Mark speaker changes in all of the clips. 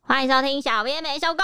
Speaker 1: 欢迎收听《小编没收工》，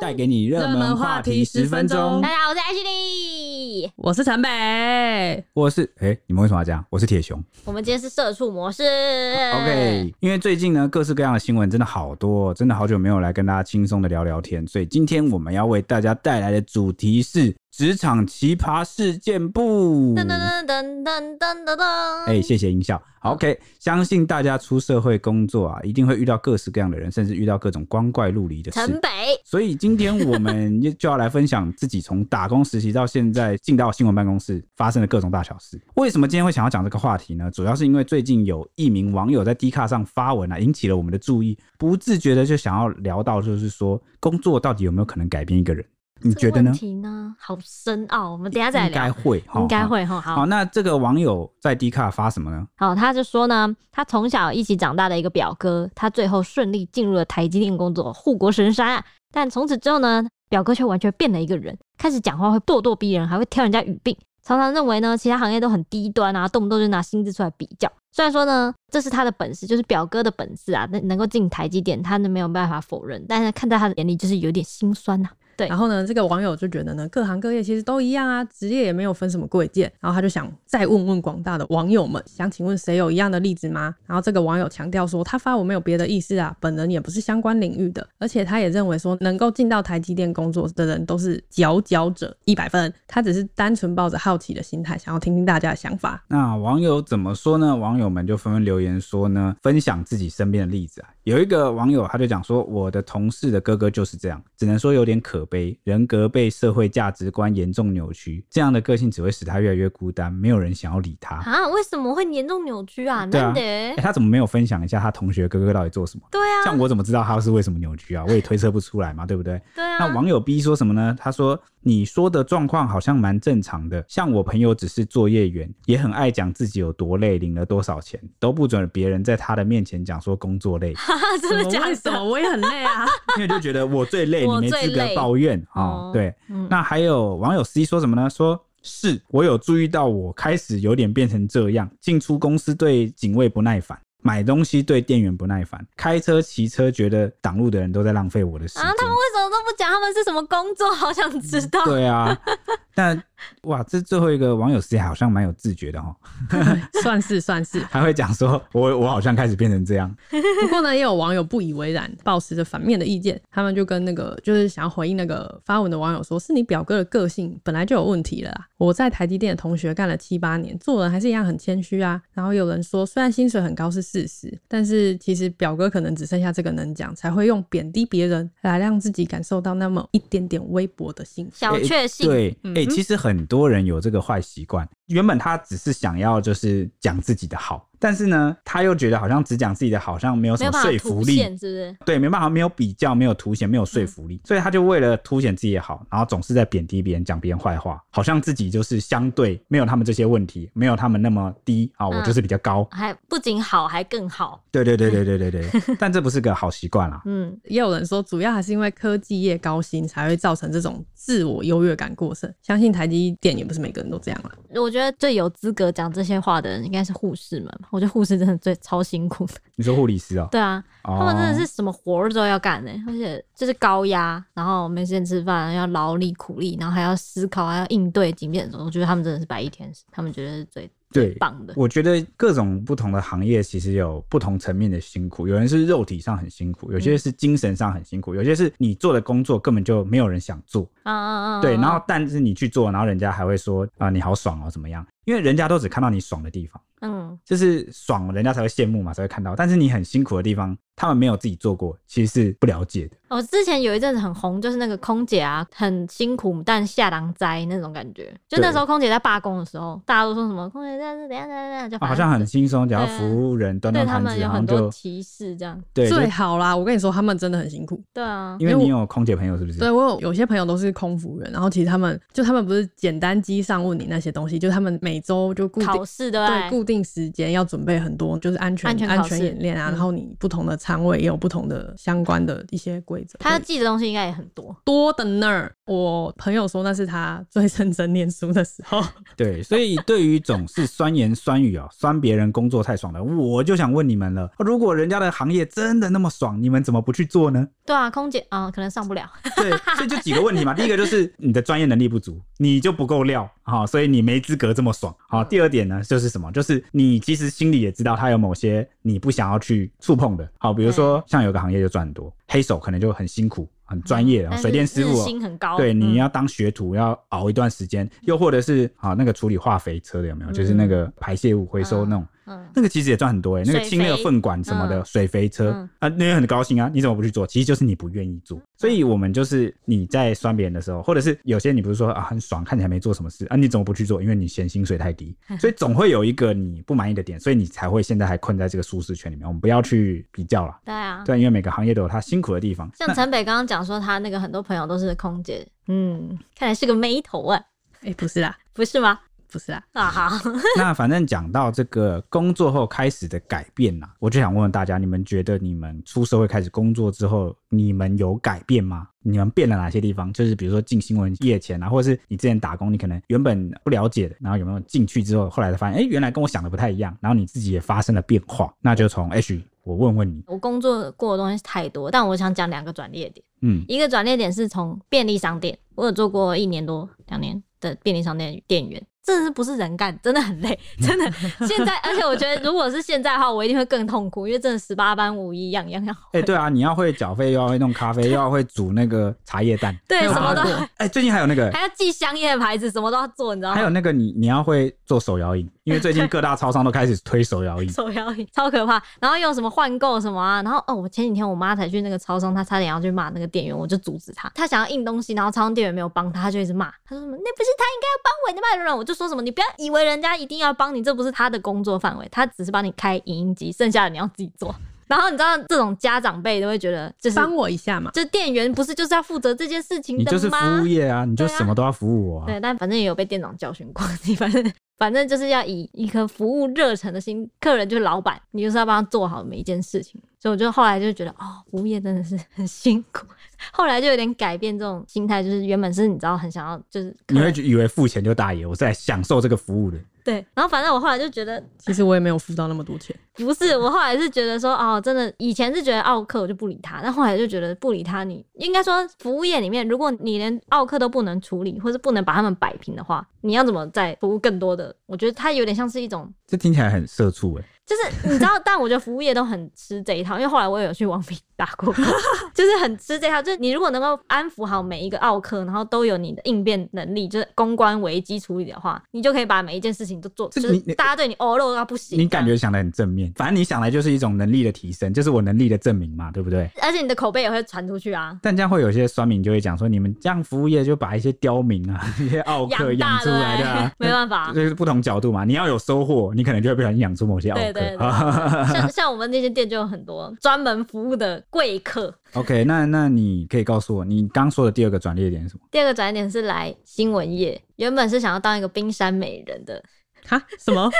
Speaker 2: 带给你热门话题十分钟
Speaker 1: 大。家好，我是 H D，
Speaker 3: 我是陈北，
Speaker 2: 我是哎、你们为什么要这样？我是铁熊。
Speaker 1: 我们今天是社畜模式。
Speaker 2: 呃 OK，因为最近呢，各式各样的新闻真的好多，哦真的好久没有来跟大家轻松的聊聊天，所以今天我们要为大家带来的主题是职场奇葩事件簿。
Speaker 1: 噔噔噔噔噔噔噔噔。
Speaker 2: 哎、谢谢音效。好 OK，相信大家出社会工作啊，一定会遇到各式各样的人，甚至遇到各种光怪陆离的事。
Speaker 1: 城北，
Speaker 2: 所以今天我们就就要来分享自己从打工实习到现在进到新闻办公室发生的各种大小事。为什么今天会想要讲这个话题呢？主要是因为最近有一名网友在 D 卡上发文啊，引起了我们的注意，不自觉的就想要聊到，就是说工作到底有没有可能改变一个人？你觉得
Speaker 1: 这个
Speaker 2: 呢
Speaker 1: 问？题呢？好深奥，我们等一下再来
Speaker 2: 应该
Speaker 1: 聊。
Speaker 2: 会，哈
Speaker 1: 应该。会哈。
Speaker 2: 哈
Speaker 1: 好
Speaker 2: 好，那这个网友在 D 卡发什么呢？
Speaker 1: 好，他就说呢，他从小一起长大的一个表哥，他最后顺利进入了台积电工作，护国神山啊。但从此之后呢，表哥却完全变了一个人，开始讲话会咄咄逼人，还会挑人家语病，常常认为呢其他行业都很低端啊，动不动就拿薪资出来比较。虽然说呢，这是他的本事，就是表哥的本事啊，那能够进台积电，他没有办法否认，但是看在他的眼里，就是有点心酸啊呐、对
Speaker 3: 然后呢，这个网友就觉得呢，各行各业其实都一样啊，职业也没有分什么贵贱。然后他就想再问问广大的网友们，想请问谁有一样的例子吗？然后这个网友强调说，他发文没有别的意思啊，本人也不是相关领域的，而且他也认为说，能够进到台积电工作的人都是佼佼者，一百分。他只是单纯抱着好奇的心态，想要听听大家的想法。
Speaker 2: 那网友怎么说呢？网友们就纷纷留言说呢，分享自己身边的例子啊。有一个网友他就讲说，我的同事的哥哥就是这样，只能说有点可悲，人格被社会价值观严重扭曲，这样的个性只会使他越来越孤单，没有人想要理 他。
Speaker 1: 啊，为什么会严重扭曲啊？
Speaker 2: 对啊
Speaker 1: 难得，
Speaker 2: 哎、他怎么没有分享一下他同学哥哥到底做什么？
Speaker 1: 对啊，
Speaker 2: 像我怎么知道他是为什么扭曲啊？我也推测不出来嘛，对不对？
Speaker 1: 对啊，
Speaker 2: 那网友 B 说什么呢？他说：“你说的状况好像蛮正常的，像我朋友只是作业员，也很爱讲自己有多累，领了多少钱，都不准别人在他的面前讲说工作 累，
Speaker 1: 啊， 真的
Speaker 3: 怎么
Speaker 1: 假
Speaker 3: 为什
Speaker 1: 的
Speaker 3: 么？？我也很累啊。
Speaker 2: 因为就觉得我最累，
Speaker 1: 我
Speaker 2: 你没
Speaker 1: 最
Speaker 2: 资格
Speaker 1: 累
Speaker 2: 抱怨啊、
Speaker 1: 哦
Speaker 2: 对，
Speaker 1: 嗯
Speaker 2: 那还有网友 C 说什么呢？说是我有注意到，我开始有点变成这样，进出公司对警卫不耐烦。”买东西对店员不耐烦，开车、骑车觉得挡路的人都在浪费我的时间。
Speaker 1: 啊，他们为什么都不讲他们是什么工作？好想知道。
Speaker 2: 对啊，但哇，这最后一个网友实际好像蛮有自觉的哦，
Speaker 3: 算是算是。
Speaker 2: 还会讲说我我好像开始变成这样。
Speaker 3: 不过呢，也有网友不以为然，抱持着反面的意见，他们就跟那个就是想要回应那个发文的网友说：“是你表哥的个性本来就有问题了啦。我在台积电的同学干了七八年，做人还是一样很谦虚啊。”然后有人说，虽然薪水很高是事实，但是其实表哥可能只剩下这个能讲，才会用贬低别人来让自己感受到那么一点点微薄的幸福。
Speaker 1: 小确幸、
Speaker 2: 对，哎、
Speaker 3: 嗯
Speaker 2: 其实很多人有这个坏习惯，原本他只是想要就是讲自己的好，但是呢，他又觉得好像只讲自己的好像没有
Speaker 1: 没
Speaker 2: 什
Speaker 1: 有
Speaker 2: 么
Speaker 1: 办法
Speaker 2: 说服
Speaker 1: 凸
Speaker 2: 力，
Speaker 1: 显，嗯是不是？
Speaker 2: 对，没办法，没有比较，没有凸显，没有说服力，所以他就为了凸显自己的好，然后总是在贬低别人，讲别人坏话，好像自己就是相对没有他们这些问题，没有他们那么低啊、
Speaker 1: 嗯
Speaker 2: 我就是比较高。
Speaker 1: 还不仅好，还更好。
Speaker 2: 对对对对对对对， 但这不是个好习惯啊啦。
Speaker 1: 嗯，
Speaker 3: 也有人说，主要还是因为科技业高薪才会造成这种自我优越感过剩。相信台积电也不是每个人都这样啊了。
Speaker 1: 我觉得最有资格讲这些话的人应该是护士们。我觉得护士真的最超辛苦的。
Speaker 2: 你说护理师哦、
Speaker 1: 对啊，
Speaker 2: 哦，
Speaker 1: 他们真的是什么活儿都要干的、而且就是高压，然后没时间吃饭，要劳力苦力，然后还要思考，还要应对警变什么。我觉得他们真的是白衣天使，他们觉得是最
Speaker 2: 对
Speaker 1: 最棒的。
Speaker 2: 哦我觉得各种不同的行业其实有不同层面的辛苦，有人是肉体上很辛苦，有
Speaker 1: 嗯
Speaker 2: 些是精神上很辛苦，有些是你做的工作根本就没有人想做，
Speaker 1: 啊啊啊！
Speaker 2: 对，然
Speaker 1: 啊
Speaker 2: 后但是你去做，然后人家还会说啊、你好爽哦怎么样？因为人家都只看到你爽的地方，
Speaker 1: 嗯，
Speaker 2: 就是爽人家才会羡慕嘛，才会看到，但是你很辛苦的地方，他们没有自己做过，其实是不了解的。
Speaker 1: 我哦之前有一阵子很红，就是那个空姐啊，很辛苦但下狼灾那种感觉。就那时候空姐在罢工的时候，大家都说什么空姐这样子怎样怎样怎样，就
Speaker 2: 啊
Speaker 1: 反
Speaker 2: 好
Speaker 1: 正
Speaker 2: 像很轻松，只要
Speaker 1: 嗯对啊
Speaker 2: 服务人端
Speaker 1: 对
Speaker 2: 端
Speaker 1: 他
Speaker 2: 盘
Speaker 1: 们
Speaker 2: 子，
Speaker 1: 有
Speaker 2: 好
Speaker 1: 很
Speaker 2: 像
Speaker 1: 多
Speaker 2: 啊就
Speaker 1: 歧视这样。
Speaker 2: 对，就
Speaker 3: 最好啦，我跟你说，他们真的很辛苦。
Speaker 1: 对啊，
Speaker 2: 因为你有空姐朋友是不是？
Speaker 3: 对我有有些朋友都是空服员，然后其实他们就他们不是简单机上问你那些东西，就他们每每周就固定
Speaker 1: 考试对
Speaker 3: 对，
Speaker 1: 不对？
Speaker 3: 固定时间要准备很多，就是安全
Speaker 1: 安全考试
Speaker 3: 演练啊，
Speaker 1: 嗯
Speaker 3: 然后你不同的仓位也有不同的相关的一些规则。
Speaker 1: 他
Speaker 3: 对
Speaker 1: 记的东西应该也很多，
Speaker 3: 多的那儿，我朋友说那是他最认真念书的时 候。
Speaker 2: 对，所以对于总是酸言酸语哦， 酸别人工作太爽了，我就想问你们了：如果人家的行业真的那么爽，你们怎么不去做呢？
Speaker 1: 对啊，空姐啊、可能上不了，
Speaker 2: 对，所以就几个问题嘛。第一个就是你的专业能力不足，你就不够料好，所以你没资格这么爽。好，第二点呢就是什么？就是你其实心里也知道他有某些你不想要去触碰的。好，比如说像有个行业就赚很多，黑手可能就很辛苦、很 专业的
Speaker 1: 但是
Speaker 2: 水电师
Speaker 1: 日
Speaker 2: 傅哦、
Speaker 1: 薪很高，
Speaker 2: 对，
Speaker 1: 嗯
Speaker 2: 你要当学徒，要熬一段时间，又或者是啊，那个处理化肥车的有没有？就是那个排泄物回收那种，
Speaker 1: 嗯
Speaker 2: 那个其实也赚很多哎、那个
Speaker 1: 水
Speaker 2: 清热
Speaker 1: 肥
Speaker 2: 粪管什么的，
Speaker 1: 嗯
Speaker 2: 水肥车、
Speaker 1: 嗯
Speaker 2: 啊，那也很高兴啊，你怎么不去做？其实就是你不愿意做，所以我们就是你在酸别人的时候，或者是有些你不是说啊很爽，看起来没做什么事啊，你怎么不去做？因为你嫌薪水太低，
Speaker 1: 嗯
Speaker 2: 所以总会有一个你不满意的点，所以你才会现在还困在这个舒适圈里面。我们不要去比较了，
Speaker 1: 对啊。
Speaker 2: 对，因为每个行业都有它辛苦的地方。
Speaker 1: 像陈北刚刚讲说，他那个很多朋友都是空姐，嗯，看来是个妹头啊，
Speaker 3: 哎、不是啦，
Speaker 1: 不是吗？
Speaker 3: 不是啦，
Speaker 1: 啊好，
Speaker 2: 那反正讲到这个工作后开始的改变啦、我就想问问大家，你们觉得你们出社会开始工作之后，你们有改变吗？你们变了哪些地方？就是比如说进新闻业前啊，或者是你之前打工，你可能原本不了解的，然后有没有进去之后，后来才发现，哎、原来跟我想的不太一样，然后你自己也发生了变化。那就从 H，我问问你，
Speaker 1: 我工作过的东西太多，但我想讲两个转捩点。
Speaker 2: 嗯，
Speaker 1: 一个转捩点是从便利商店，我有做过一年多、两年的便利商店店员，真的是不是人干，真的很累，真的。现在，而且我觉得如果是现在的话，我一定会更痛苦，因为真的十八般武艺，样样样。
Speaker 2: 哎、对啊，你要会缴费，又要会弄咖啡，又要会煮那个茶叶蛋，
Speaker 1: 对，
Speaker 3: 还有
Speaker 1: 什么都
Speaker 3: 麻
Speaker 2: 哎、最近还有那个。
Speaker 1: 还要记香烟的牌子，什么都要做，你知道
Speaker 2: 还有
Speaker 1: 吗？
Speaker 2: 那个你，你要会做手摇饮，因为最近各大超商都开始推手摇饮。
Speaker 1: 手摇饮 超可怕，然后又有什么换购什么啊，然后哦，我前几天我妈才去那个超商，她差点要去骂那个店员，我就阻止她，她想要印东西，然后超商店员没有帮她，她就一直骂，她说什么那不是她应该要帮我的吗？然后我就说什么你不要以为人家一定要帮你，这不是她的工作范围，她只是帮你开影音机，剩下的你要自己 做。然后你知道这种家长辈都会觉得就是。
Speaker 3: 帮我一下嘛。
Speaker 1: 就店员不是就是要负责这件事情
Speaker 2: 你
Speaker 1: 的吗？
Speaker 2: 就是服务业啊，你就
Speaker 1: 对啊
Speaker 2: 什么都要服务我、啊。
Speaker 1: 对，但反正也有被店长教训过，你反正 反正就是要以一颗服务热忱的心，客人就是老板，你就是要帮他做好每一件事情。所以我就后来就觉得，哦，服务业真的是很辛苦。 后来就有点改变这种心态，就是原本是你知道很想要，就是客
Speaker 2: 你会
Speaker 1: 人
Speaker 2: 觉以为付钱就大爷，我是来享受这个服务的。
Speaker 1: 对。然后反正我后来就觉得，
Speaker 3: 其实我也没有付到那么多钱，
Speaker 1: 不是，我后来是觉得说，哦，真的，以前是觉得奥克我就不理他，但后来就觉得不理他你，应该说服务业里面，如果你连奥克都不能处理，或是不能把他们摆平的话，你要怎么再服务更多的？我觉得它有点像是一种
Speaker 2: 这听起来很社畜哎、
Speaker 1: 就是你知道，但我觉得服务业都很吃这一套，因为后来我也有去网评打过 工，就是很吃这一套。就是你如果能够安抚好每一个奥客，然后都有你的应变能力，就是公关危机处理的话，你就可以把每一件事情都做，
Speaker 2: 这
Speaker 1: 就
Speaker 2: 你
Speaker 1: 是
Speaker 2: 你
Speaker 1: 大家对你哦漏到不行。
Speaker 2: 你感
Speaker 1: 这样？
Speaker 2: 觉想的很正面，反正你想来就是一种能力的提升，就是我能力的证明嘛，对不对？
Speaker 1: 而且你的口碑也会传出去啊。
Speaker 2: 但这样会有些酸民就会讲说，你们这样服务业就把一些刁民啊、 一些 奥
Speaker 1: 养
Speaker 2: 客
Speaker 1: 大
Speaker 2: 养出来的、啊
Speaker 1: 了，欸没办 法。
Speaker 2: 就是不同角度嘛。你要有收获，你可能就会不小心养出某些奥
Speaker 1: 对对
Speaker 2: 客
Speaker 1: 对。像像我们那些店就有很多专门服务的贵客。
Speaker 2: OK，那那你可以告诉我，你刚说的第二个转捩点是什么？。
Speaker 1: 第二个转折点是来新闻业，原本是想要当一个冰山美人的，
Speaker 3: 哈？什么？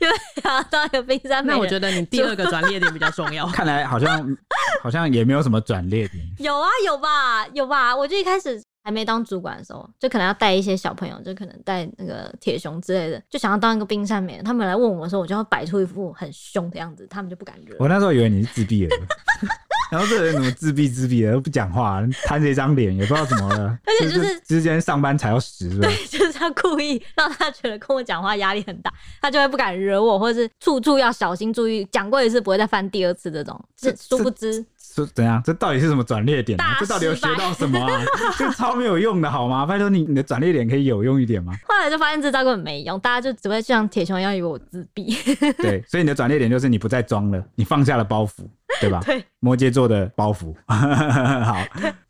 Speaker 1: 原本想要当一个冰山美人。
Speaker 3: 那我觉得你第二个转捩点比较重 要
Speaker 2: 看来好像 好像也没有什么转捩点。
Speaker 1: 有啊，有吧，有吧。我就一开始还没当主管的时候，就可能要带一些小朋友，就可能带那个铁熊之类的，就想要当一个冰山美人。他们来问我的时候，我就要摆出一副很凶的样子，他们就不敢惹。
Speaker 2: 我那时候以为你是自闭了，然后这人怎么自闭自闭的，都不讲话，摊着一张脸，也不知道怎么了。
Speaker 1: 而且就是
Speaker 2: 之前上班踩到屎，是吧？
Speaker 1: 就是他故意让他觉得跟我讲话压力很大，他就会不敢惹我，或者是处处要小心注意，讲过一次不会再犯第二次这种。
Speaker 2: 这
Speaker 1: 是殊不知，
Speaker 2: 说怎样？这到底是什么转捩点、啊
Speaker 1: 大？
Speaker 2: 这到底有
Speaker 1: 失败
Speaker 2: 学到什么啊？这超没有用的好吗？拜托你，你的转捩点可以有用 一点吗？
Speaker 1: 后来就发现这招根本没用，大家就只会像铁熊一样以为我自闭。
Speaker 2: 对，所以你的转捩点就是你不再装了，你放下了包袱，对吧？
Speaker 1: 对，
Speaker 2: 摩羯座的包袱。好，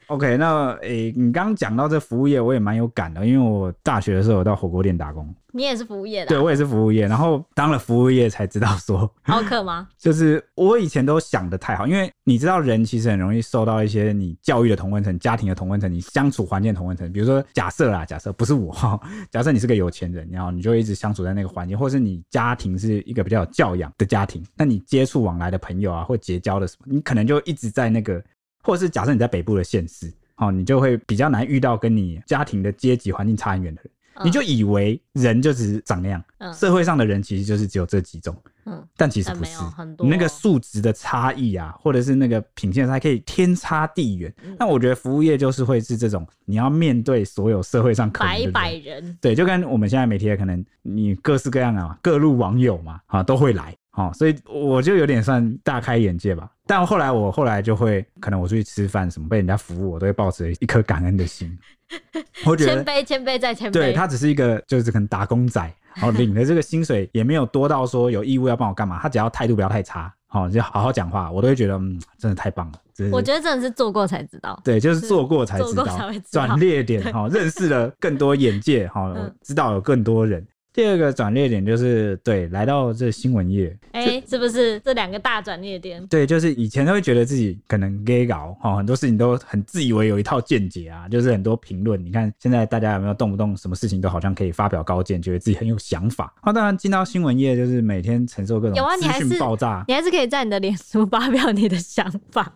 Speaker 2: OK，那诶、你刚刚讲到这服务业，我也蛮有感的，因为我大学的时候有到火锅店打工，
Speaker 1: 你也是服务业的
Speaker 2: 对
Speaker 1: 啊、
Speaker 2: 我也是服务业，然后当了服务业才知道说，
Speaker 1: 奥克吗？
Speaker 2: 就是我以前都想的太好，因为你知道人其实很容易受到一些你教育的同温层、家庭的同温层、你相处环境的同温层。比如说假设啦，假设不是我， 假设你是个有钱人，然后你就一直相处在那个环境，或是你家庭是一个比较有教养的家庭，那你接触往来的朋友啊，或结交的什么，你可能就一直在那个，或者是假设你在北部的县市，哦，你就会比较难遇到跟你家庭的阶级环境差很远的人。
Speaker 1: 嗯
Speaker 2: 你就以为人就只是长那样，
Speaker 1: 嗯
Speaker 2: 社会上的人其实就是只有这几种，
Speaker 1: 嗯，
Speaker 2: 但其实
Speaker 1: 但
Speaker 2: 不
Speaker 1: 没
Speaker 2: 是
Speaker 1: 有很，多
Speaker 2: 你那个数值的差异啊，或者是那个品性的差异，可以天差地远
Speaker 1: 嗯。
Speaker 2: 那我觉得服务业就是会是这种，你要面对所有社会上可能的
Speaker 1: 百
Speaker 2: 人
Speaker 1: 百人，
Speaker 2: 对，就跟我们现在媒体也可能你各式各样的嘛，各路网友嘛，啊都会来，哦，所以我就有点算大开眼界吧。但后来我后来就会，可能我出去吃饭什么，被人家服务，我都会抱着一颗感恩的心。我觉得
Speaker 1: 谦卑，谦卑再谦卑。
Speaker 2: 对他只是一个就是可能打工仔，然后领的这个薪水也没有多到说有义务要帮我干嘛，他只要态度不要太差，好、就好好讲话，我都会觉得嗯，真的太棒了。真的是
Speaker 1: 我觉得真的是做过才知道。
Speaker 2: 对，就是做过才
Speaker 1: 做
Speaker 2: 知
Speaker 1: 过
Speaker 2: 道
Speaker 1: 才会知，道
Speaker 2: 转裂点哈、认识了更多眼界哈、
Speaker 1: 嗯
Speaker 2: 我知道有更多人。第二个转捩点就是对，来到这新闻业，
Speaker 1: 哎、是不是这两个大转捩点？
Speaker 2: 对，就是以前都会觉得自己可能 gay 搞哈，很多事情都很自以为有一套见解啊，就是很多评论。你看现在大家有没有动不动什么事情都好像可以发表高见，觉得自己很有想法？啊，当然进到新闻业就是每天承受各
Speaker 1: 有
Speaker 2: 种
Speaker 1: 啊你
Speaker 2: 资
Speaker 1: 还
Speaker 2: 讯
Speaker 1: 是
Speaker 2: 爆炸，
Speaker 1: 你还是可以在你的脸书发表你的想法。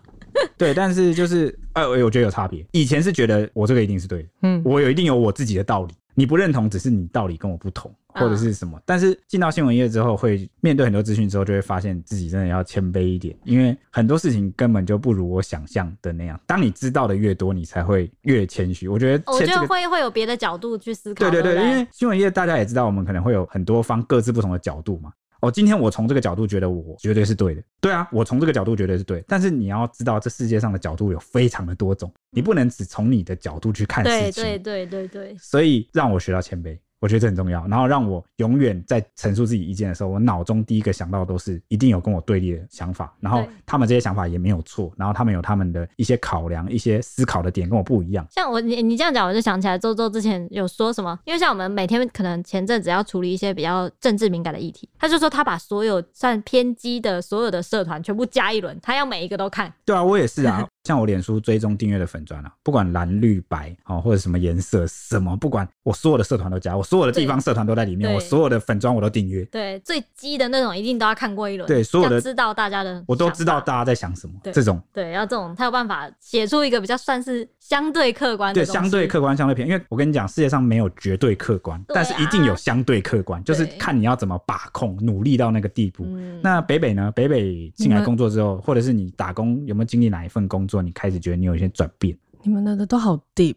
Speaker 2: 对，但是就是呃，我觉得有差别。以前是觉得我这个一定是对的，
Speaker 3: 嗯，
Speaker 2: 我有一定有我自己的道理，你不认同，只是你道理跟我不同，
Speaker 1: 嗯
Speaker 2: 或者是什么。但是进到新闻业之后，会面对很多资讯之后，就会发现自己真的要谦卑一点，因为很多事情根本就不如我想象的那样。当你知道的越多，你才会越谦虚。我觉得
Speaker 1: 哦我
Speaker 2: 谦
Speaker 1: 觉
Speaker 2: 这
Speaker 1: 得
Speaker 2: 个。
Speaker 1: 会会有别的角度去思考。
Speaker 2: 对对
Speaker 1: 对
Speaker 2: 对，
Speaker 1: 不
Speaker 2: 因为新闻业大家也知道，我们可能会有很多方各自不同的角度嘛。哦，今天我从这个角度觉得我绝对是对的，对啊，我从这个角度绝对是对。但是你要知道，这世界上的角度有非常的多种，你不能只从你的角度去看事
Speaker 1: 对
Speaker 2: 情。
Speaker 1: 对对对对，
Speaker 2: 所以让我学到谦卑，我觉得这很重要。然后让我永远在陈述自己意见的时候，我脑中第一个想到的都是一定有跟我对立的想法，然后
Speaker 1: 对
Speaker 2: 他们这些想法也没有错，然后他们有他们的一些考量、一些思考的点跟我不一样。
Speaker 1: 像我你你这样讲，我就想起来周周之前有说什么，因为像我们每天可能前阵子要处理一些比较政治敏感的议题，他就说他把所有算偏激的所有的社团全部加一轮，他要每一个都看。
Speaker 2: 对啊，我也是 啊。像我脸书追踪订阅的粉砖啊，不管蓝绿白哦，或者什么颜色，什么不管，我所有的社团都加，我所有的地方社团都在里面，
Speaker 1: 对
Speaker 2: 我所有的粉砖我都订阅，
Speaker 1: 对，最激的那种一定都要看过一轮，
Speaker 2: 对所有的
Speaker 1: 要知道大家的，
Speaker 2: 我都知道。大家在想什么
Speaker 1: 对。
Speaker 2: 这种
Speaker 1: 对，要这种他有办法写出一个比较算是相对客观的
Speaker 2: 对，
Speaker 1: 东西，
Speaker 2: 相对客观、相对偏，因为我跟你讲，世界上没有绝对客观，
Speaker 1: 对啊
Speaker 2: 但是一定有相对客观，就是
Speaker 1: 对
Speaker 2: 看你要怎么把控，努力到那个地步。
Speaker 1: 嗯，
Speaker 2: 那北北呢？北北进
Speaker 3: 你
Speaker 2: 来
Speaker 3: 们
Speaker 2: 工作之后，或者是你打工，有没有经历哪一份工作，你开始觉得你有一些转变
Speaker 3: 你们的都好 deep，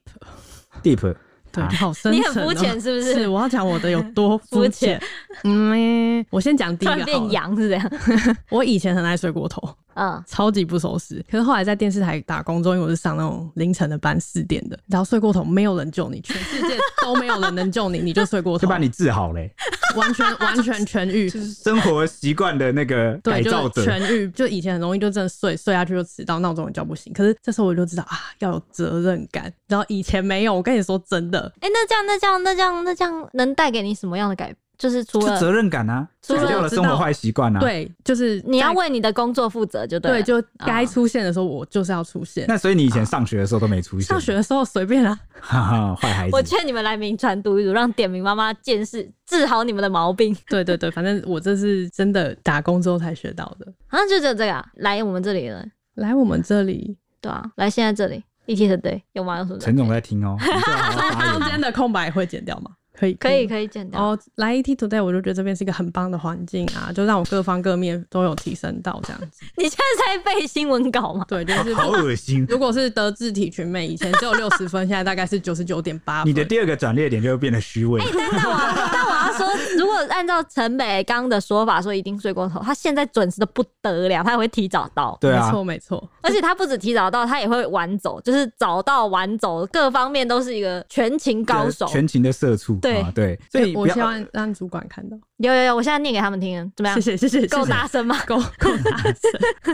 Speaker 2: ？Deep，
Speaker 3: 对，
Speaker 2: 啊
Speaker 3: 好深
Speaker 1: 你
Speaker 3: 沉、哦
Speaker 1: 很肤浅是不是
Speaker 3: 是？我要讲我的有多
Speaker 1: 肤
Speaker 3: 肤
Speaker 1: 浅
Speaker 3: 浅。嗯，我先讲第
Speaker 1: 突
Speaker 3: 一
Speaker 1: 然
Speaker 3: 个好
Speaker 1: 变
Speaker 3: 了。
Speaker 1: 羊是这样，
Speaker 3: 我以前很爱睡过头，
Speaker 1: 嗯，
Speaker 3: 超级不守时。可是后来在电视台打工之后，因为我是上那种凌晨的班，四点的，然后睡过头，没有人救你，全世界都没有人能救你，你就睡过
Speaker 2: 就
Speaker 3: 头，
Speaker 2: 把你治好嘞、
Speaker 3: 完全完全痊 愈。
Speaker 2: 生活习惯的那个改
Speaker 3: 对，就
Speaker 2: 造
Speaker 3: 是
Speaker 2: 者。
Speaker 3: 痊愈。就以前很容易就真的睡睡下去就迟到，闹钟也叫不醒。可是这时候我就知道啊，要有责任感。然后以前没有，我跟你说真的，
Speaker 1: 哎、那这样那这样那这样那这样能带给你什么样的改？就是除
Speaker 2: 是责
Speaker 1: 了
Speaker 2: 任感啊，
Speaker 1: 除
Speaker 2: 改
Speaker 1: 了
Speaker 2: 掉了生活坏习惯啊。，
Speaker 3: 对，就是
Speaker 1: 你要
Speaker 3: 在
Speaker 1: 为你的工作负责就对了，
Speaker 3: 对，啊就该出现的时候我就是要出现。
Speaker 2: 那所以你以前上学的时候都没出现，
Speaker 3: 上学的时候随便啊啦，
Speaker 2: 哈哈，坏孩子。
Speaker 1: 我劝你们来名传读一读，让点名妈妈见识治好你们的毛病。
Speaker 3: 对对对，反正我这是真的打工之后才学到的。
Speaker 1: 好像就只有这个、啊、来我们这里了，
Speaker 3: 来我们这里，
Speaker 1: 对啊，来现在这里一起的对有吗？有什么？
Speaker 2: 陈总在听 哦，你最好好发言
Speaker 3: 中间的空白会剪掉吗？可以，
Speaker 1: 可以
Speaker 3: 吗。
Speaker 1: 可以剪掉。
Speaker 3: 哦，来 ET Today，我就觉得这边是一个很棒的环境啊，就让我各方各面都有提升到这样子。
Speaker 1: 你现在在背新闻稿吗？
Speaker 3: 对，就是
Speaker 2: 好恶心。
Speaker 3: 如果是德智体群美，以前 只有六十分，现在大概是九十九点八分。哎
Speaker 2: 你的第二个转捩点就会变得虚伪。
Speaker 1: 但我但我要说，如果按照陈北刚的说法说一定睡过头，他现在准时的不得了，他还会提早到，
Speaker 2: 对啊
Speaker 3: 没，错没错，
Speaker 1: 而且他不止提早到，他也会晚走，就是早到晚走各方面都是一个全勤高手。
Speaker 2: 啊全勤的社畜，
Speaker 1: 对
Speaker 2: 啊、对，所以不
Speaker 3: 我希
Speaker 2: 要。
Speaker 3: 望让主管看到。
Speaker 1: 有有有，我现在念给他们听，怎么样
Speaker 3: 谢？谢谢谢，
Speaker 1: 够
Speaker 3: 谢谢
Speaker 1: 大声 吗？
Speaker 3: 啊够够大 声，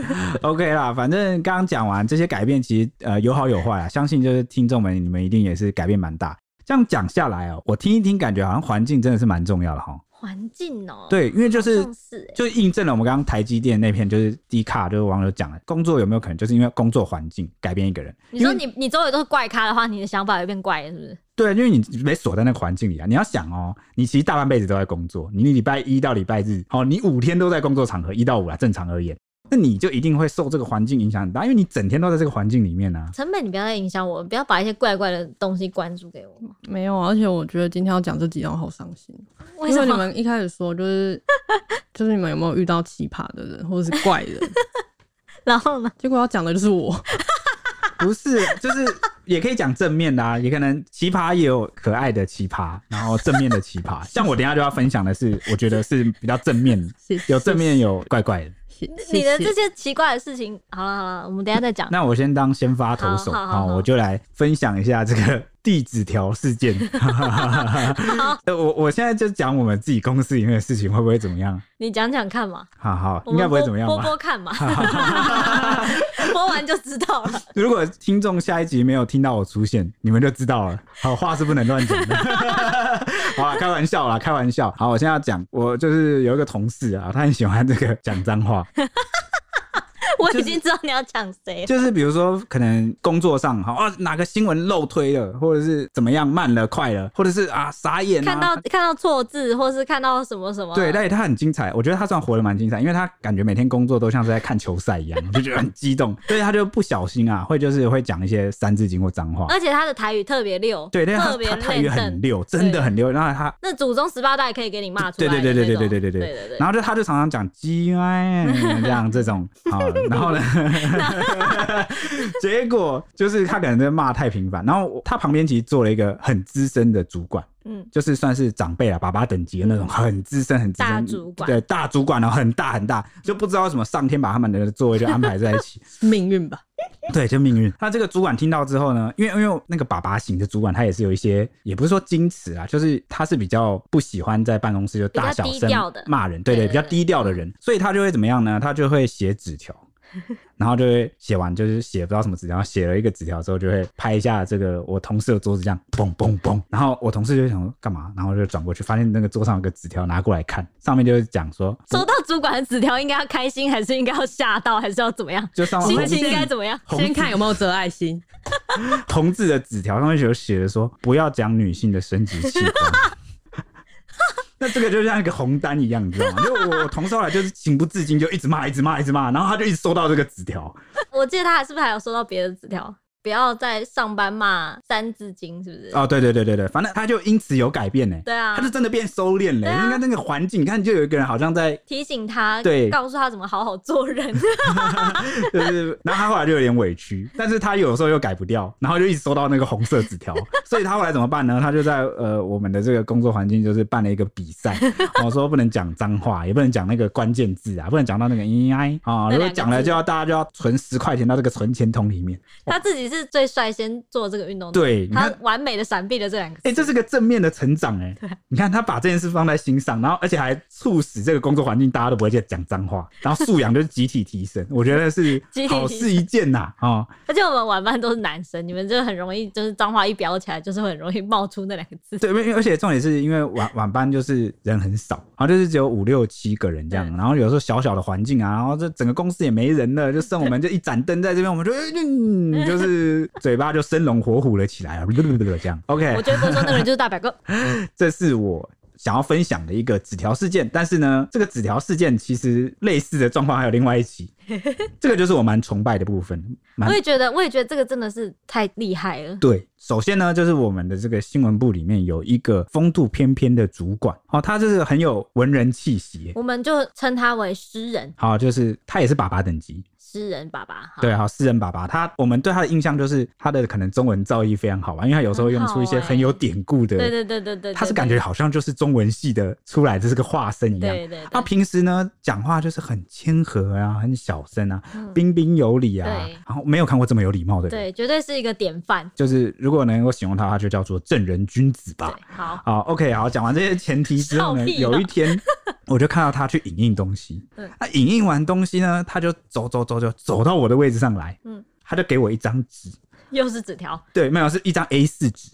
Speaker 2: OK 啦，反正刚刚讲完这些改变，其实呃有好有坏啊。相信就是听众们，你们一定也是改变蛮大。这样讲下来哦，我听一听，感觉好像环境真的是蛮重要的哈。
Speaker 1: 环境哦、
Speaker 2: 对，因为就是
Speaker 1: 好像是欸
Speaker 2: 就印证了我们刚刚台积电那篇，就是低卡，就是网友讲的，工作有没有可能就是因为工作环境改变一个人？
Speaker 1: 你说
Speaker 2: 因为
Speaker 1: 你你周围都是怪咖的话，你的想法会变怪，是不是？
Speaker 2: 对，因为你被锁在那个环境里啊。你要想哦，你其实大半辈子都在工作，你礼拜一到礼拜日，哦，你五天都在工作场合，一到五啊，正常而言，那你就一定会受这个环境影响很大，因为你整天都在这个环境里 面啊。
Speaker 1: 陈北，你不要再影响我，不要把一些怪怪的东西灌输给我。
Speaker 3: 没有啊，而且我觉得今天要讲这几样好伤心，
Speaker 1: 为
Speaker 3: 因
Speaker 1: 什
Speaker 3: 为你
Speaker 1: 么？
Speaker 3: 们一开始说就是 就是你们有没有遇到奇葩的人或者 是怪人，
Speaker 1: 然后呢？
Speaker 3: 结果要讲的就是我，
Speaker 2: 不是，就是也可以讲正面的啊，也可能奇葩也有可爱的奇葩，然后正面的奇葩。像我等一下就要分享的是，我觉得是比较正面，
Speaker 3: 谢谢
Speaker 2: 有正面有怪怪的。
Speaker 3: 谢谢
Speaker 1: 你的这
Speaker 3: 谢
Speaker 1: 些奇怪的事情，好了好了，我们等一下再讲。
Speaker 2: 那我先当先发投手，
Speaker 1: 好好好好
Speaker 2: 我就来分享一下这个 地址条 事件。呃我我现在就讲我们自己公司里面的事情，会不会怎么样？
Speaker 1: 你讲讲看嘛，
Speaker 2: 好好，
Speaker 1: 我
Speaker 2: 应
Speaker 1: 们
Speaker 2: 该不会
Speaker 1: 播
Speaker 2: 怎么样
Speaker 1: 播
Speaker 2: 吧？
Speaker 1: 播看嘛，播完就知道了。
Speaker 2: 如果听众下一集没有听到我出现，你们就知道了。好话是不能乱讲的。 好啦，开玩笑啦，开玩笑。好，我现在要讲，我就是有一个同事啊，他很喜欢这个讲脏话，
Speaker 1: 我已经知道你要讲谁了。
Speaker 2: 就是比如说可能工作上哈啊哪个新闻漏推了，或者是怎么样慢了快了，或者是啊傻眼、啊，
Speaker 1: 看到看到错字，或是看到什么什么，
Speaker 2: 对，但是他很精彩，我觉得他算活得蛮精彩，因为他感觉每天工作都像是在看球赛一样，我就觉得很激动。所以他就不小心啊，会就是会讲一些三字经或脏话。
Speaker 1: 而且他的台语特别溜，
Speaker 2: 对，但是
Speaker 1: 啊特
Speaker 2: 他
Speaker 1: 别
Speaker 2: 他台语
Speaker 1: 认
Speaker 2: 很
Speaker 1: 真。
Speaker 2: 溜，真的很溜。然后他
Speaker 1: 那祖宗十八代可以给你骂出
Speaker 2: 对
Speaker 1: 来的那
Speaker 2: 对
Speaker 1: 种，
Speaker 2: 对对对对对对
Speaker 1: 对
Speaker 2: 对
Speaker 1: 对
Speaker 2: 然后就他就常常讲鸡哎这样这种啊，然后呢，结果就是他可能在骂太频繁，然后我他旁边其实坐了一个很资深的主管。
Speaker 1: 嗯，
Speaker 2: 就是算是长辈啊，爸爸等级的那种，很资深、很资深
Speaker 1: 大主管
Speaker 2: 对大主管哦，很大很大，就不知道为什么上天把他们的座位就安排在一起，
Speaker 3: 谢命运吧，
Speaker 2: 对，就命运。那这个主管听到之后呢，因为因为那个爸爸型的主管，他也是有一些，也不是说矜持啊，就是他是比较不喜欢在办公室就大小
Speaker 1: 比较
Speaker 2: 声
Speaker 1: 低调的
Speaker 2: 骂人，对对，
Speaker 1: 对对嗯
Speaker 2: 比较低调的人，所以他就会怎么样呢？他就会写 纸条。然后就会写完，就是写不知道什么纸条，写了一个纸条之后，就会拍一下这个我同事的桌子，这样嘣嘣嘣。然后我同事就想说干嘛，然后就转过去，发现那个桌上有个纸条，拿过来看，上面就是讲说，
Speaker 1: 收到主管的纸条，应该要开心，还是应该要吓到，还是要怎么样？
Speaker 2: 就上
Speaker 1: 心
Speaker 2: 红
Speaker 1: 情应该
Speaker 2: 字
Speaker 1: 怎么样？
Speaker 2: 红
Speaker 3: 先
Speaker 2: 字
Speaker 3: 看有没有折 爱心，
Speaker 2: 同志的纸条上面有写的说，不要讲女性的生殖器官。 那这个就像一个红单一样，你知道吗？就我我同事后来就是情不自禁就一直骂，一直骂，一直骂，然后他就一直收到这个纸条，
Speaker 1: 我记得他还是不是还有收到别的纸条？不要在上班骂《三字经》，是不是？
Speaker 2: 哦，对对对对对，反正他就因此有改变呢、
Speaker 1: 对啊
Speaker 2: 他，就真的变收敛了、
Speaker 1: 对啊
Speaker 2: 你看那个环境，你看就有一个人好像在，
Speaker 1: 提醒他，
Speaker 2: 对
Speaker 1: 告诉他怎么好好做 人。
Speaker 2: 就是，然后他后来就有点委屈，但是他有时候又改不掉，然后就一直收到那个红色纸条，所以他后来怎么办呢？他就在呃我们的这个工作环境就是办了一个比赛，我、说不能讲脏话，也不能讲那个关键字啊，不能讲到那个 AI 啊、
Speaker 1: 那两个字
Speaker 2: 如果讲了就要大家就要存十块钱到这个存钱筒里面。
Speaker 1: 他自己是最率先做这个运动的，
Speaker 2: 对，你
Speaker 1: 他
Speaker 2: 看。
Speaker 1: 完美的闪避了这两个字。
Speaker 2: 哎、这是个正面的成长哎、你看他把这件事放在心上，然后而且还促使这个工作环境大家都不会再讲脏话，然后素养就是集体提升，我觉得是
Speaker 1: 集体提升
Speaker 2: 好事一件呐啊、哦
Speaker 1: 而且我们晚班都是男生，你们就很容易就是脏话一飙起来，就是很容易冒出那两个字。
Speaker 2: 对，因为而且重点是因为晚 晚班就是人很少，然后就是只有五六七个人这样，
Speaker 1: 对
Speaker 2: 然后有时候小小的环境啊，然后这整个公司也没人了，就剩我们就一盏灯在这边，我们就、嗯、就是嘴巴就生龙活虎了起来了，啊这样。OK，
Speaker 1: 我绝对不会说那个人就是大表哥。
Speaker 2: 这是我想要分享的一个纸条事件。但是呢，这个纸条事件其实类似的状况还有另外 一起，这个就是我蛮崇拜的部分。 蛮
Speaker 1: 我也觉得，我也觉得这个真的是太厉害了。
Speaker 2: 对，首先呢，就是我们的这个新闻部里面有一个风度翩翩的主管，哦，他就是很有文人气息耶。
Speaker 1: 我们就称他为诗人，
Speaker 2: 好，就是他也是爸爸等级，
Speaker 1: 诗人爸爸，好
Speaker 2: 对，好，诗人爸爸，他我们对他的印象就是他的可能中文造诣非常好吧，因为他有时候会用出一些
Speaker 1: 很好欸
Speaker 2: 很有典故的，
Speaker 1: 对对对对对，
Speaker 2: 他是
Speaker 1: 对
Speaker 2: 感觉好像就是中文系的出来，这是个化身一样。
Speaker 1: 对对，
Speaker 2: 他
Speaker 1: 对
Speaker 2: 平时呢讲话就是很谦和啊，很小声啊，
Speaker 1: 嗯
Speaker 2: 彬彬有礼啊
Speaker 1: 对，
Speaker 2: 然后没有看过这么有礼貌的人。
Speaker 1: 对，绝对是一个典范。
Speaker 2: 就是如果能够形容他，他就叫做正人君子
Speaker 1: 对
Speaker 2: 吧。，
Speaker 1: 好，
Speaker 2: 好，OK，好，讲完这些前提之后
Speaker 1: 笑
Speaker 2: 呢，
Speaker 1: 屁了
Speaker 2: 有 一天我就看到他去影印东西
Speaker 1: 嗯，
Speaker 2: 他影印完东西呢，他就走走走走走到我的位置上来，
Speaker 1: 嗯
Speaker 2: 他就给我一张纸，
Speaker 1: 又是纸条，
Speaker 2: 对，没有是一张 A 四纸，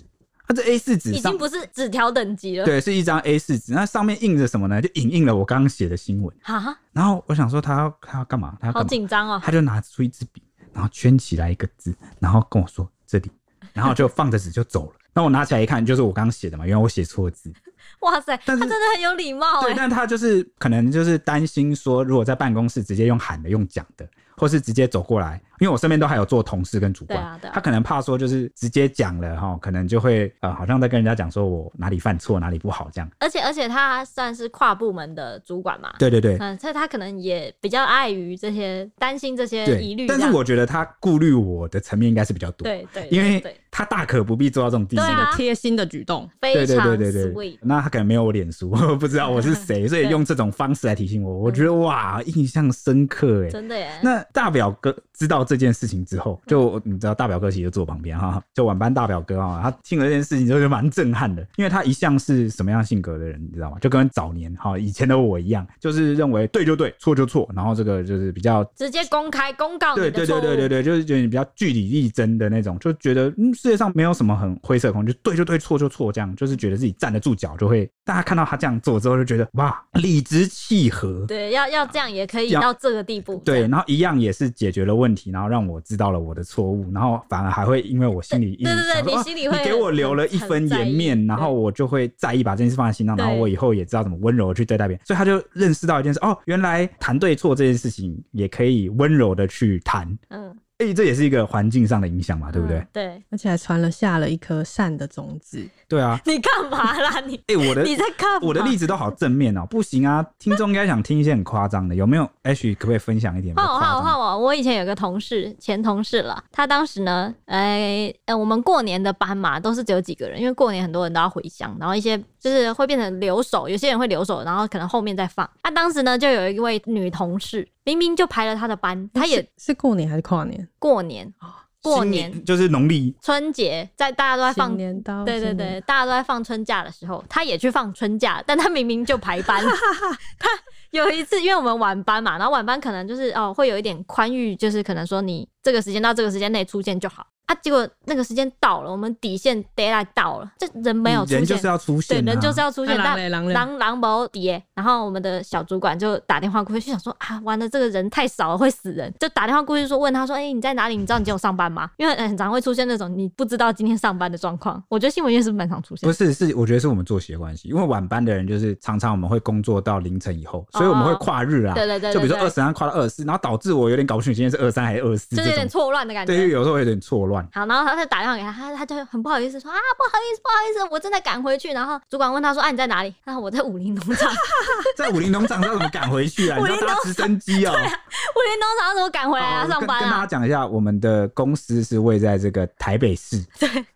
Speaker 2: 他这 A 四纸
Speaker 1: 已
Speaker 2: 上
Speaker 1: 经不是纸条等级了。，
Speaker 2: 对是一张 A 四纸，那上面印着什么呢？就影印了我刚刚写的新闻，
Speaker 1: 哈，
Speaker 2: 然后我想说他要他要干嘛？他要
Speaker 1: 好
Speaker 2: 干嘛？
Speaker 1: 紧张哦。
Speaker 2: 他就拿出一支笔，然后圈起来一个字，然后跟我说这里，然后就放着纸就走了。那我拿起来一看，就是我刚刚写的嘛，原来我写错字。
Speaker 1: 哇塞，他
Speaker 2: 但是
Speaker 1: 真的很有礼貌
Speaker 2: 对，
Speaker 1: 哎。
Speaker 2: 但他就是可能就是担心说，如果在办公室直接用喊的、用讲的，或是直接走过来，因为我身边都还有做同事跟主管，
Speaker 1: 对啊对啊
Speaker 2: 他可能怕说就是直接讲了哈，可能就会呃，好像在跟人家讲说我哪里犯错、哪里不好这样。
Speaker 1: 而且而且他算是跨部门的主管嘛，
Speaker 2: 对对对。
Speaker 1: 嗯，所以他可能也比较碍于这些担心这些疑
Speaker 2: 对
Speaker 1: 虑，这
Speaker 2: 但
Speaker 1: 样。
Speaker 2: 是我觉得他顾虑我的层面应该是比较多，
Speaker 1: 对对，
Speaker 2: 因为
Speaker 1: 对对
Speaker 2: 他大可不必做到这种地步
Speaker 1: 对。啊
Speaker 3: 贴心的举动。
Speaker 1: 非常
Speaker 2: 对对嗯对对
Speaker 1: sweet
Speaker 2: 对。，那他可能没有我脸书，我不知道我 是谁，所以
Speaker 1: 对
Speaker 2: 用这种方式来提醒我，我觉得
Speaker 1: 嗯
Speaker 2: 哇，印象深刻哎。
Speaker 1: 真的耶。
Speaker 2: 那大表哥知道这件事情之后，就你知道大表哥其实就坐我旁边哈，就晚班大表哥啊，他听了这件事情之后就蛮震撼的，因为他一向是什么样性格的人，你知道吗？就跟早年哈以前的我一样，就是认为对就对，错就错，然后这个就是比较
Speaker 1: 直接公开公告你
Speaker 2: 对
Speaker 1: 的
Speaker 2: 对
Speaker 1: 错
Speaker 2: 对
Speaker 1: 误，
Speaker 2: 对对对，就是觉得你比较据理力争的那种，就觉得嗯，世界上没有什么很灰色的空间，就对就对，错就错，这样就是觉得自己站得住脚，就会大家看到他这样做之后，就觉得哇，理直气和。
Speaker 1: 对要要这样也可以
Speaker 2: 要
Speaker 1: 到这个地步，
Speaker 2: 对，然后一样也是解决了问题，然后让我知道了我的错误，然后反而还会因为我心里一直
Speaker 1: 对对对
Speaker 2: 想说
Speaker 1: 你
Speaker 2: 啊
Speaker 1: 心里会
Speaker 2: 你给
Speaker 1: 很
Speaker 2: 我留了一
Speaker 1: 很
Speaker 2: 分
Speaker 1: 在
Speaker 2: 颜
Speaker 1: 意
Speaker 2: 面，然
Speaker 1: 对
Speaker 2: 后我就会在意，把这件事放在心上，然后
Speaker 1: 对
Speaker 2: 我以后也知道怎么温柔地去对待别人，所以他就认识到一件事，哦，原来谈对错这件事情也可以温柔的去谈，
Speaker 1: 嗯，
Speaker 2: 哎、这也是一个环境上的影响嘛，对不对？
Speaker 1: 嗯对，
Speaker 3: 而且还传了下了一颗善的种子，
Speaker 2: 对啊，
Speaker 1: 你干嘛啦你？
Speaker 2: 哎、我的
Speaker 1: 你在干嘛？
Speaker 2: 我的例
Speaker 1: 子，
Speaker 2: 子都好正面哦，不行啊，听众应该想听一些很夸张的，有没有？H 可不可以分享一点比
Speaker 1: 换
Speaker 2: 较
Speaker 1: 我换
Speaker 2: 夸张
Speaker 1: 我
Speaker 2: 的？
Speaker 1: 换我，我以前有个同事，前同事了，他当时呢，哎、呃，我们过年的班嘛，都是只有几个人，因为过年很多人都要回乡，然后一些就是会变成留守，有些人会留守，然后可能后面再放。他、当时呢，就有一位女同事，明明就排了他的班，她也
Speaker 3: 是是过年还是跨年？
Speaker 1: 过年，过
Speaker 2: 新
Speaker 1: 年
Speaker 2: 就是农历
Speaker 1: 春节，在大家都在放
Speaker 3: 新年到，
Speaker 1: 对对
Speaker 3: 新年
Speaker 1: 对，大家都在放春假的时候，他也去放春假，但他明明就排班。他有一次，因为我们晚班嘛，然后晚班可能就是哦，会有一点宽裕，就是可能说你这个时间到这个时间内出现就好啊。结果那个时间到了，我们底线 d a y l i g h t 到了，这人没有出现，
Speaker 2: 人就是要出现、
Speaker 1: 对
Speaker 2: 啊，
Speaker 1: 人就是要出现，
Speaker 3: 啊
Speaker 1: 但
Speaker 3: 狼嘞狼嘞
Speaker 1: 狼狼没底耶。然后我们的小主管就打电话过去，就想说啊，完了，这个人太少了，会死人。就打电话过去说，问他说，哎、你在哪里？你知道你今天有上班吗？因为很常会出现那种你不知道今天上班的状况。我觉得新闻业是不是蛮常出现的。
Speaker 2: 不是，是我觉得是我们作息的关系，因为晚班的人就是常常我们会工作到凌晨以后，所以我们会跨日啊，
Speaker 1: 哦对对对对
Speaker 2: 就比如说
Speaker 1: 对
Speaker 2: 二十三跨到二四，然后导致我有点搞不清楚今天是二三还是二四，
Speaker 1: 就是有
Speaker 2: 这
Speaker 1: 点
Speaker 2: 种
Speaker 1: 错乱的感
Speaker 2: 对，因为
Speaker 1: 觉。
Speaker 2: 有时候会有点 错乱。
Speaker 1: 好，然后他就打电话给他，他他就很不好意思说啊，不好意思，不好意思，我正在赶回去。然后主管问他说，啊，你在哪里？他说我在武林农场，武
Speaker 2: 在武林农场，知道怎么赶回 去啊？你
Speaker 1: 武
Speaker 2: 知
Speaker 1: 林
Speaker 2: 道搭直升机哦、
Speaker 1: 林农场怎么赶回来啊？
Speaker 2: 好
Speaker 1: 上班
Speaker 2: 跟跟大家
Speaker 1: 啊？
Speaker 2: 讲一下，我们的公司是位在这个台北市，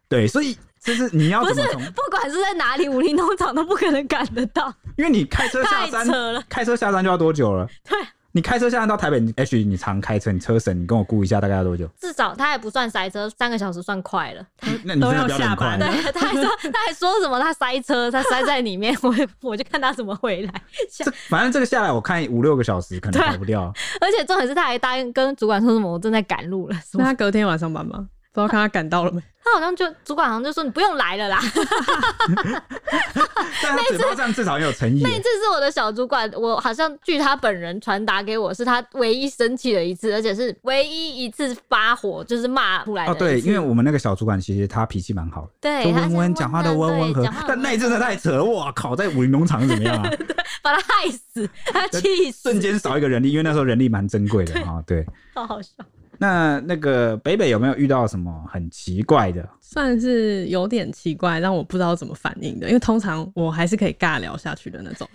Speaker 2: 对所以就是你要怎么从，
Speaker 1: 不管是在哪里，武林农场都不可能赶得到，
Speaker 2: 因为你开车下
Speaker 1: 太扯
Speaker 2: 山，
Speaker 1: 了。
Speaker 2: 开车下山就要多久了？
Speaker 1: 对。
Speaker 2: 你开车下山到台北你，H，你常开车，你车神，你跟我估一下大概要 多久？
Speaker 1: 至少他还不算塞车，三个小时算快 了。
Speaker 2: 那你真的
Speaker 3: 都
Speaker 2: 飙
Speaker 3: 要
Speaker 2: 得很
Speaker 3: 下班
Speaker 2: 快。
Speaker 1: 对，他还说他还说什么他塞车，他塞在里面， 我也我就看他怎么回来。
Speaker 2: 这反正这个下来，我看五六个小时可能
Speaker 1: 对啊
Speaker 2: 跑 不掉。
Speaker 1: 而且重点是他还答应跟主管说什么我正在赶路了什
Speaker 3: 那
Speaker 1: 么，
Speaker 3: 他隔天晚上班吗？不知道看他赶到了没？
Speaker 1: 他好像就主管好像就说你不用来了啦。
Speaker 2: 但他嘴巴上至少很有诚意
Speaker 1: 那。一次是我的小主管，我好像据他本人传达给我，是他唯一生气的一次，而且是唯一一次发火就是骂出来的
Speaker 2: 哦，
Speaker 1: 一次。
Speaker 2: 对，因为我们那个小主管其实他脾气蛮好的，
Speaker 1: 对
Speaker 2: 就
Speaker 1: 他
Speaker 2: 温
Speaker 1: 是
Speaker 2: 温，讲话都温温和
Speaker 1: 对讲话。很
Speaker 2: 但那一阵真的太扯了，哇靠！在武林农场是怎么样啊？
Speaker 1: 把他害死，他气死，
Speaker 2: 瞬间少一个人力，因为那时候人力蛮珍贵的啊。对，
Speaker 1: 好好笑。
Speaker 2: 那那个北北有没有遇到什么很奇怪的？
Speaker 1: 啊
Speaker 3: 算是有点奇怪，让我不知道怎么反应的，因为通常我还是可以尬聊下去的 那种。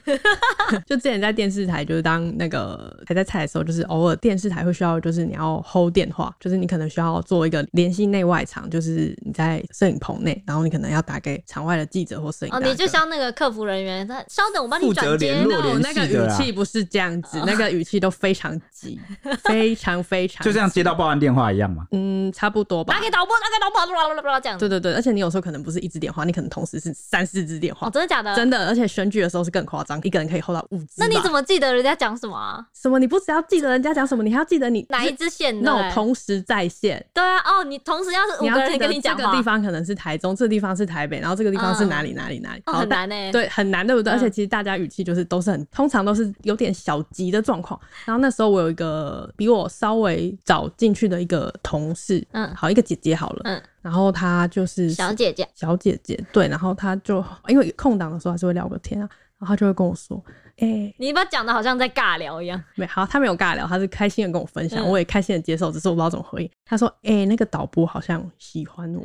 Speaker 3: 就之前在电视台，就是当那个还在菜的时候，就是偶尔电视台会需要，就是你要 hold 电话，就是你可能需要做一个联系内外场，就是你在摄影棚内，然后你可能要打给场外的记者或摄影大
Speaker 1: 哦，
Speaker 3: 哥。
Speaker 1: 你就像那个客服人员，他稍等，我帮你
Speaker 2: 负责
Speaker 1: 转接
Speaker 2: 联。络
Speaker 1: 那
Speaker 3: 那我那个
Speaker 2: 联系的
Speaker 3: 语
Speaker 2: 啦
Speaker 3: 气不是这样 子，那个语气都非常 急，非常非常
Speaker 2: 就像接到报案电话一样嘛。
Speaker 3: 嗯，差不多吧
Speaker 1: 打。给导播，打给导播，啦啦啦啦啦这样。
Speaker 3: 对对对，而且你有时候可能不是一支电话，你可能同时是三四支电话
Speaker 1: 哦，，真的假的？
Speaker 3: 真的，而且选举的时候是更夸张，一个人可以 hold 到五支吧。
Speaker 1: 那你怎么记得人家讲什么啊？
Speaker 3: 什么？你不只要记得人家讲什么，你还要记得你
Speaker 1: 哪一支线？对
Speaker 3: 那种
Speaker 1: 不对
Speaker 3: 同时在线。
Speaker 1: 对啊，哦，你同时要是五
Speaker 3: 你
Speaker 1: 个
Speaker 3: 要
Speaker 1: 人
Speaker 3: 记得
Speaker 1: 跟你
Speaker 3: 这
Speaker 1: 讲
Speaker 3: 个
Speaker 1: 话
Speaker 3: 地，方可能是台中，这个地方是台北，然后这个地方是
Speaker 1: 嗯
Speaker 3: 哪里哪里哪里，
Speaker 1: 哦，
Speaker 3: 好
Speaker 1: 很
Speaker 3: 但
Speaker 1: 难呢。
Speaker 3: 对，很难，对不对？
Speaker 1: 嗯
Speaker 3: 而且其实大家语气就是都是很，通常都是有点小急的状况。然后那时候我有一个比我稍微早进去的一个同事，
Speaker 1: 嗯
Speaker 3: 好一个姐姐好了，
Speaker 1: 嗯，
Speaker 3: 然后她就是
Speaker 1: 小姐姐，
Speaker 3: 小姐姐，对，然后她就因为空档的时候还是会聊个天啊，然后她就会跟我说，哎、
Speaker 1: 你把讲的好像在尬聊一样。
Speaker 3: 没好，他没有尬聊，他是开心的跟我分享，
Speaker 1: 嗯
Speaker 3: 我也开心的接受，只是我不知道怎么回应。他说：“哎、那个导播好像喜欢 我，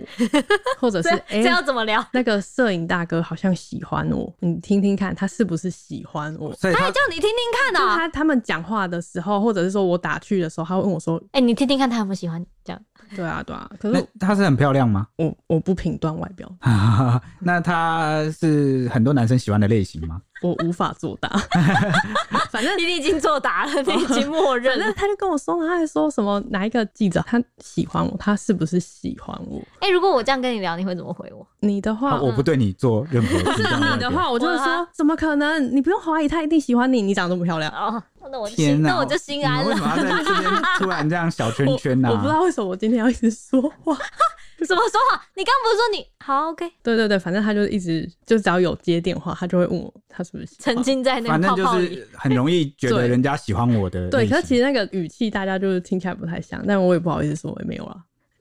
Speaker 3: 或者是
Speaker 1: 这这
Speaker 3: 哎、
Speaker 1: 要怎么聊？
Speaker 3: 那个摄影大哥好像喜欢我，你听听看，他是不是喜欢我？”
Speaker 2: 所以
Speaker 1: 他
Speaker 2: 他
Speaker 1: 哎还叫你听听看哦
Speaker 3: 就
Speaker 1: 呢。
Speaker 3: 是他他们讲话的时候，或者是说我打趣的时候，他会问我说
Speaker 1: 哎，你听听看他有没有喜欢你这样？：“
Speaker 3: 对啊，对啊。”可
Speaker 2: 那
Speaker 3: 是
Speaker 2: 她是很漂亮吗？
Speaker 3: 我我不评断外表，
Speaker 2: 那她是很多男生喜欢的类型吗？
Speaker 3: 我无法作答。反正
Speaker 1: 你已经作答了，你已经默认
Speaker 3: 反正
Speaker 1: 了。
Speaker 3: 他就跟我说，他还说什么哪一个记者他喜欢我，他是不是喜欢我？
Speaker 1: 哎，如果我这样跟你聊，你会怎么 回我？
Speaker 3: 你的
Speaker 1: 嗯
Speaker 3: 话，
Speaker 2: 啊我不对你做 任何评
Speaker 3: 是
Speaker 2: 价
Speaker 3: 你的话，我就会
Speaker 1: 啊我的
Speaker 3: 说怎么可能？你不用怀疑，他一定喜欢你。你长这么漂亮，
Speaker 1: 哦，那我
Speaker 2: 天
Speaker 1: 心，
Speaker 2: 哪！
Speaker 1: 那我就心安
Speaker 2: 你为什么
Speaker 1: 了。
Speaker 2: 要在这边突然这样小圈圈啊呢、
Speaker 3: 啊我不知道为什么我今天要一直说话。
Speaker 1: 怎么说好？你刚不是说你好 OK？
Speaker 3: 对对对，反正他就一直就只要有接电话，他就会问我他是不是喜欢
Speaker 1: 沉浸在那
Speaker 2: 反
Speaker 1: 个
Speaker 2: 正
Speaker 1: 泡
Speaker 2: 就
Speaker 1: 泡里。
Speaker 2: 是很容易觉得人家喜欢我的类型。
Speaker 3: 对，可是其实那个语气大家就是听起来不太像，但我也不好意思说我也没有啦。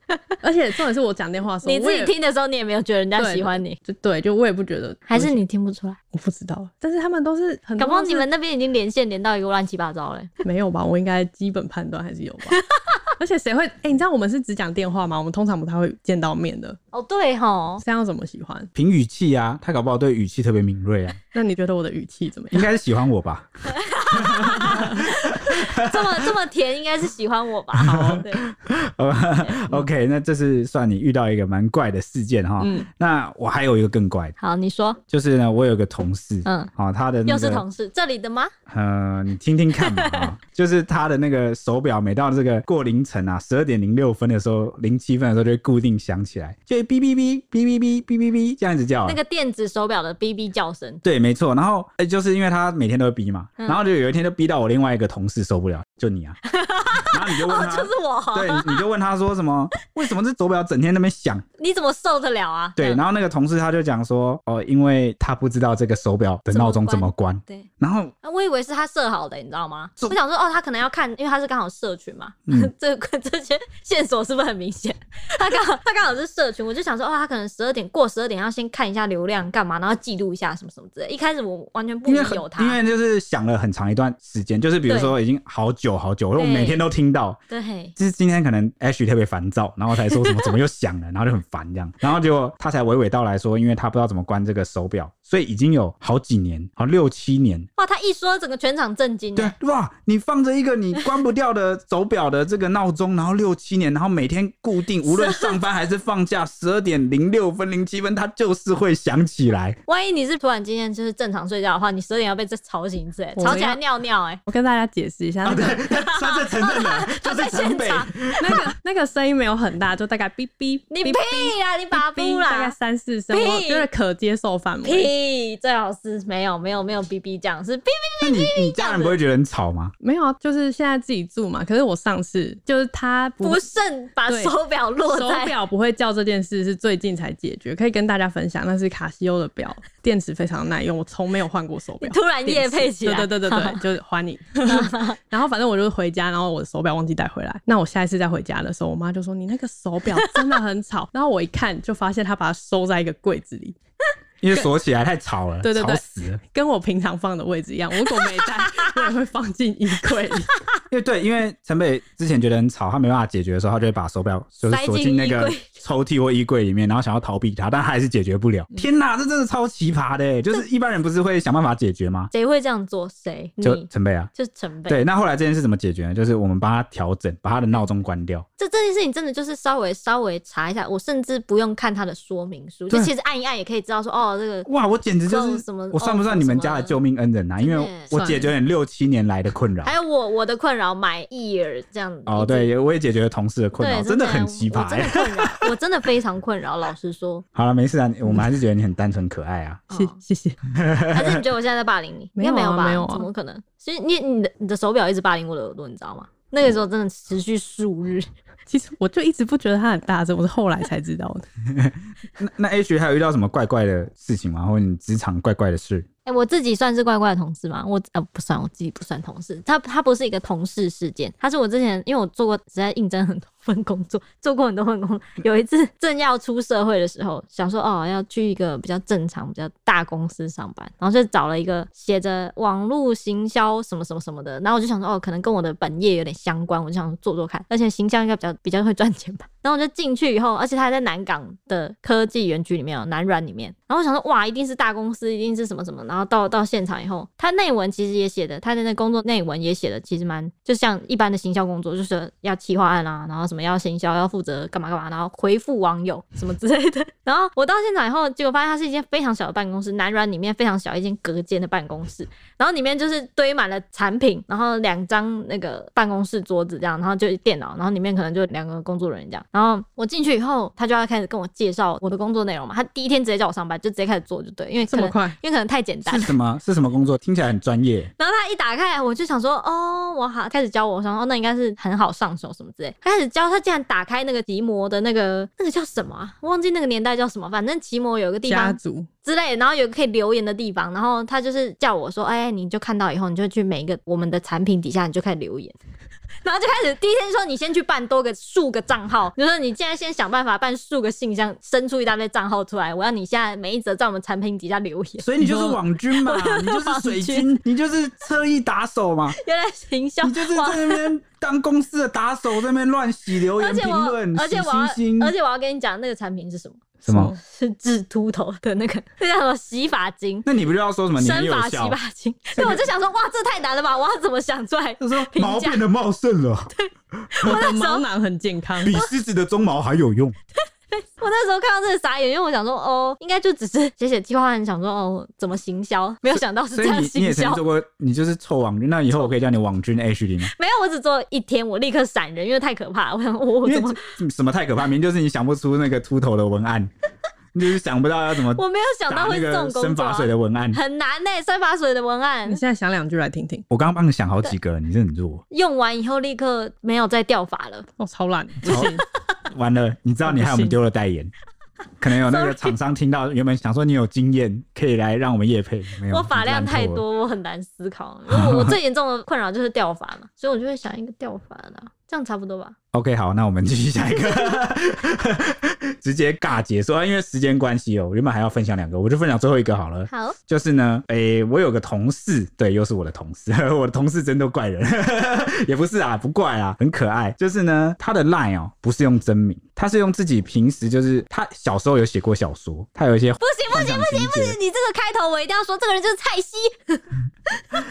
Speaker 3: 而且重点是我讲电话的时候，
Speaker 1: 你自
Speaker 3: 我
Speaker 1: 己
Speaker 3: 也
Speaker 1: 听的时候，你也没有觉得人家喜欢你，
Speaker 3: 就对，就我也不觉得，
Speaker 1: 还是你听不出来？
Speaker 3: 我不知道。但是他们都是很
Speaker 1: 搞
Speaker 3: 多都是，
Speaker 1: 不好你们那边已经连线连到一个乱七八糟嘞。
Speaker 3: 没有吧？我应该基本判断还是有 吧。而且谁会？哎、你知道我们是只讲电话吗？我们通常不太会见到面的，
Speaker 1: 哦，对吼，
Speaker 3: 这样要怎么喜欢？
Speaker 2: 凭语气啊，他搞不好对语气特别敏锐啊，
Speaker 3: 那你觉得我的语气怎么样
Speaker 2: 应？该是喜欢我吧？
Speaker 1: 这么这么甜，应该是喜欢 我吧？嗯对，
Speaker 2: 好吧
Speaker 1: 嗯
Speaker 2: OK，那这是算你遇到一个蛮怪的事件哈。
Speaker 3: 嗯
Speaker 2: 那我还有一个更怪的，
Speaker 1: 好，你说，
Speaker 2: 就是呢，我有个同事，
Speaker 1: 嗯，
Speaker 2: 好、他的那
Speaker 1: 又是
Speaker 2: 个
Speaker 1: 同事，这里的吗？
Speaker 2: 呃，你听听看嘛， 啊，就是他的那个手表，每到这个过凌晨啊，十二点零六分的时候，零七分的时候就会固定响起来，就会哔哔哔哔哔哔哔哔哔这样子叫啊。
Speaker 1: 那个电子手表的哔哔叫声，
Speaker 2: 对，没错。然后、呃就是因为他每天都会逼嘛，
Speaker 1: 嗯
Speaker 2: 然后就有一天就逼到我另外一个同事受不了，就你啊，然后你就问
Speaker 1: 哦，
Speaker 2: 他，
Speaker 1: 就是我，
Speaker 2: 对，你你就问他说什么？为什么这手表整天那边响？
Speaker 1: 你怎么受得了啊？
Speaker 2: 对，
Speaker 1: 嗯
Speaker 2: 然后那个同事他就讲说，哦，因为他不知道这个手表的闹钟怎么关。
Speaker 1: 对。
Speaker 2: 然后
Speaker 1: 啊，我以为是他设好的，你知道吗？
Speaker 2: 这
Speaker 1: 我想说，哦，他可能要看，因为他是刚好社群嘛，
Speaker 2: 嗯
Speaker 1: 这这些线索是不是很明显？他刚好他刚好是社群，我就想说，哦，他可能十二点过十二点要先看一下流量干嘛，然后记录一下什么什么之类。一开始我完全不
Speaker 2: 因
Speaker 1: 疑
Speaker 2: 为很
Speaker 1: 有，
Speaker 2: 因
Speaker 1: 他，
Speaker 2: 为就是响了很长一段时间，就是比如说已经好久好久，我
Speaker 1: 对
Speaker 2: 每天都听到。
Speaker 1: 对，
Speaker 2: 就是今天可能 Ash 特别烦躁，然后才说什么怎么又响了，然后就很烦这样，然后结果他才娓娓道来说，因为他不知道怎么关这个手表，所以已经有好几年，好六七年。
Speaker 1: 哇，他一说整个全场震惊，欸
Speaker 2: 对，哇！你放着一个你关不掉的手表的这个闹钟，然后六七年，然后每天固定，无论上班还是放假，十二点零六分、零七分，它就是会响起来。
Speaker 1: 万一你是突然今天就是正常睡觉的话，你十二点要被这吵醒一次、哎
Speaker 3: 我
Speaker 1: 吵起来
Speaker 3: 要
Speaker 1: 尿尿、哎，
Speaker 3: 我跟大家解释一下，
Speaker 1: 哦
Speaker 3: 那
Speaker 2: 哦对
Speaker 3: 个，
Speaker 2: 他这承认了，
Speaker 1: 他
Speaker 2: 就是
Speaker 1: 在
Speaker 2: 城
Speaker 1: 现
Speaker 2: 北。
Speaker 1: 场，
Speaker 3: 那个那个声音没有很大，就大概哔哔，
Speaker 1: 你
Speaker 3: 哔
Speaker 1: 屁啦，你把不
Speaker 3: 哔大概
Speaker 1: 啦。
Speaker 3: 三四声，我
Speaker 1: 哔
Speaker 3: 觉得可接受范 围。
Speaker 1: 屁，最好是没有没有没有哔哔酱，是哔哔
Speaker 2: 那你你家人不会觉得很吵吗？
Speaker 3: 没有啊，就是现在自己住嘛。可是我上次就是他不
Speaker 1: 不慎把
Speaker 3: 对
Speaker 1: 手表落
Speaker 3: 手
Speaker 1: 在
Speaker 3: 表不会叫这件事是最近才解决，可以跟大家分享。那是卡西欧的表，电池非常耐用，我从没有换过手表
Speaker 1: 你。突然夜配起来，
Speaker 3: 对对对对对，就是还你。然后反正我就回家，然后我的手表忘记带回来。那我下一次再回家的时候，我妈就说：“你那个手表真的很吵。”然后我一看就发现她把它收在一个柜子里，
Speaker 2: 因为锁起来太吵了，
Speaker 3: 对对对
Speaker 2: 吵死了。
Speaker 3: 跟我平常放的位置一样。我如果没带，我也会放进衣柜里。
Speaker 2: 因为对，因为陈北之前觉得很吵，他没办法解决的时候，他就会把手表就是
Speaker 1: 塞
Speaker 2: 锁
Speaker 1: 进
Speaker 2: 进那
Speaker 1: 衣
Speaker 2: 个
Speaker 1: 柜
Speaker 2: 抽屉或衣柜里面，然后想要逃避它，但他还是解决不了。
Speaker 1: 嗯
Speaker 2: 天哪，这真的超奇葩的 耶，就是一般人不是会想办法解决吗？
Speaker 1: 谁会这样做？谁？你
Speaker 2: 就陈北啊，
Speaker 1: 就是成本。
Speaker 2: 对。那后来这件事怎么解决呢？就是我们帮他调整，把他的闹钟关掉。
Speaker 1: 这这件事情真的就是稍微稍微查一下，我甚至不用看它的说明书，
Speaker 2: 对
Speaker 1: 就其实按一按也可以知道说，哦，这个
Speaker 2: 哇，我简直就
Speaker 1: Close
Speaker 2: 是
Speaker 1: 什么
Speaker 2: 我算不算你们家的救命恩人啊？因
Speaker 1: 真的
Speaker 2: 为我解决了你六七年来的困扰
Speaker 1: 还。有我我的困扰买 ear 这样。
Speaker 2: 哦，对，，也我也解决了同事的困扰，
Speaker 1: 对，
Speaker 2: 真的很奇
Speaker 1: 我真
Speaker 2: 葩欸
Speaker 1: 的。困扰，我真的非常困扰。老实 说，
Speaker 2: 好了，没事啊，你我们还是觉得你很单纯可爱啊。
Speaker 1: 哦
Speaker 3: 谢谢谢。
Speaker 1: 还是你觉得我现在在霸凌你？
Speaker 3: 没有
Speaker 1: 应该没
Speaker 3: 啊
Speaker 1: 吧？
Speaker 3: 没有啊
Speaker 1: 怎么可能？所以你你的你的手表一直霸凌我的耳朵，你知道吗？那
Speaker 2: 嗯
Speaker 1: 个时候真的持续数日，
Speaker 3: 其实我就一直不觉得它很大声，我是后来才知道的。
Speaker 2: 那那 H 还有遇到什么怪怪的事情吗？或者你职场怪怪的事？
Speaker 1: 哎、我自己算是怪怪的同事吗？我呃不算，我自己不算同事。他他不是一个同事事件，他是我之前因为我做过，实在应征很多份工作，做过很多份工作。有一次正要出社会的时候，想说哦要去一个比较正常、比较大公司上班，然后就找了一个写着网络行销什么什么什么的。然后我就想说哦，可能跟我的本业有点相关，我就想说做做看，而且行销应该比较比较会赚钱吧。 然后我就进去以后，而且他还在南港的科技园区里面哦，南软里面。然后我想说，哇，一定是大公司，一定是什么什么。然后到到现场以后，他内文其实也写的，他的那工作内文也写的，其实蛮就像一般的行销工作，就是要企划案啊，然后什么要行销，要负责干嘛干嘛，然后回复网友什么之类的。然后我到现场以后，结果发现它是一间非常小的办公室，南软里面非常小一间隔间的办公室。然后里面就是堆满了产品，然后两张那个办公室桌子这样，然后就电脑，然后里面可能就两个工作人员这样。然后我进去以后，他就要开始跟我介绍我的工作内容嘛。他第一天直接叫我上班，就直接开始做就对，因为可
Speaker 3: 这么
Speaker 1: 能
Speaker 3: 快，
Speaker 1: 因为可能太简单
Speaker 2: 是。什么？是什么工作？听起来很专业。
Speaker 1: 然后他一打开，我就想说，哦，我好开始教我，我想说，哦，那应该是很好上手什么之类。他开始教，他竟然打开那个极魔的那个那个叫什么、啊，忘记那个年代叫什么，反正奇魔有一个地
Speaker 3: 家
Speaker 1: 方
Speaker 3: 族
Speaker 1: 之类，然后有个可以留言的地方，然后他就是叫我说，哎，你就看到以后，你就去每一个我们的产品底下，你就开始留言， 然后就开始第一天说你先去办多个数个账号，就说你现在先想办法办数个信箱，生出一大堆账号出来，我要你现在每一则在我们产品底下留言，
Speaker 2: 所以你就是网军嘛，你就
Speaker 1: 就是是水
Speaker 2: 水军
Speaker 1: 军，
Speaker 2: 你就是侧翼打手 嘛，
Speaker 1: 原来行销
Speaker 2: 你就是
Speaker 1: 哇
Speaker 2: 在那边当公司的打手，在那边乱洗留
Speaker 1: 而
Speaker 2: 言、
Speaker 1: 且
Speaker 2: 评
Speaker 1: 我，
Speaker 2: 论、
Speaker 1: 而
Speaker 2: 洗
Speaker 1: 且我要
Speaker 2: 星，星，
Speaker 1: 而且我要跟你讲，那个产品是什么？
Speaker 2: 什么？
Speaker 1: 是治秃头的那个， 那叫什么洗发精，
Speaker 2: 那你不就要说什么？你很
Speaker 1: 生
Speaker 2: 有
Speaker 1: 发洗
Speaker 2: 效。
Speaker 1: 发 精。对，我就想说，哇，这太难了吧！我要怎么想出来？
Speaker 2: 就说
Speaker 1: 评价
Speaker 2: 毛变得茂盛了，
Speaker 3: 我的 毛囊很健康，
Speaker 2: 比狮子的鬃毛还有用。
Speaker 1: 我那时候看到这个傻眼，因为我想说，哦，应该就只是写写计划案，想说哦怎么行销，没有想到是
Speaker 2: 所
Speaker 1: 这
Speaker 2: 以
Speaker 1: 样
Speaker 2: 你你
Speaker 1: 行
Speaker 2: 也曾
Speaker 1: 销
Speaker 2: 经做。过，你就是臭网军。那以后我可以叫你网军 H 零吗？
Speaker 1: 没有，我只做一天，我立刻闪人，因为太可怕了。我想，我、我
Speaker 2: 因
Speaker 1: 怎么
Speaker 2: 为？这什么太可怕，明明就是你想不出那个秃头的文案，你就是想不到要怎么
Speaker 1: 我没有想
Speaker 2: 打
Speaker 1: 到会
Speaker 2: 那
Speaker 1: 是这
Speaker 2: 个
Speaker 1: 种
Speaker 2: 生
Speaker 1: 工作、
Speaker 2: 发
Speaker 1: 啊
Speaker 2: 水，的嗯文案。
Speaker 1: 很难呢、欸生发水的文案
Speaker 3: 你现在想两句来听听。
Speaker 2: 我刚刚帮你想好几个，你真的很弱，
Speaker 1: 用完以后立刻没有再掉发了。
Speaker 3: 哦，超烂， 不
Speaker 2: 超
Speaker 3: 行，
Speaker 2: 完了，你知道你害我们丢了代言。可能有那个
Speaker 1: Sorry
Speaker 2: 厂商听到，原本想说你有经验，可以来让我们业配。没有，
Speaker 1: 我发量太
Speaker 2: 烂透了。
Speaker 1: 多，我很难思考。因为我我最严重的困扰就是掉发嘛， 所以我就会想一个掉发的啊、这样差不多吧。
Speaker 2: OK，好，那我们继续下一个， 直接尬结束啊！因为时间关系哦，我原本还要分享两个，我就分享最后一个好了。
Speaker 1: 好，
Speaker 2: 就是呢，诶、我有个同事，对，又是我的同事， 我的同事真都怪人， 也不是啊，不怪啊，很可爱。就是呢，他的 line 哦，不是用真名，他是用自己平时就是他小时候有写过小说，他有一些
Speaker 1: 不行不
Speaker 2: 幻
Speaker 1: 行
Speaker 2: 想
Speaker 1: 不
Speaker 2: 情
Speaker 1: 行不
Speaker 2: 节，
Speaker 1: 行，你这个开头我一定要说，这个人就是蔡 西，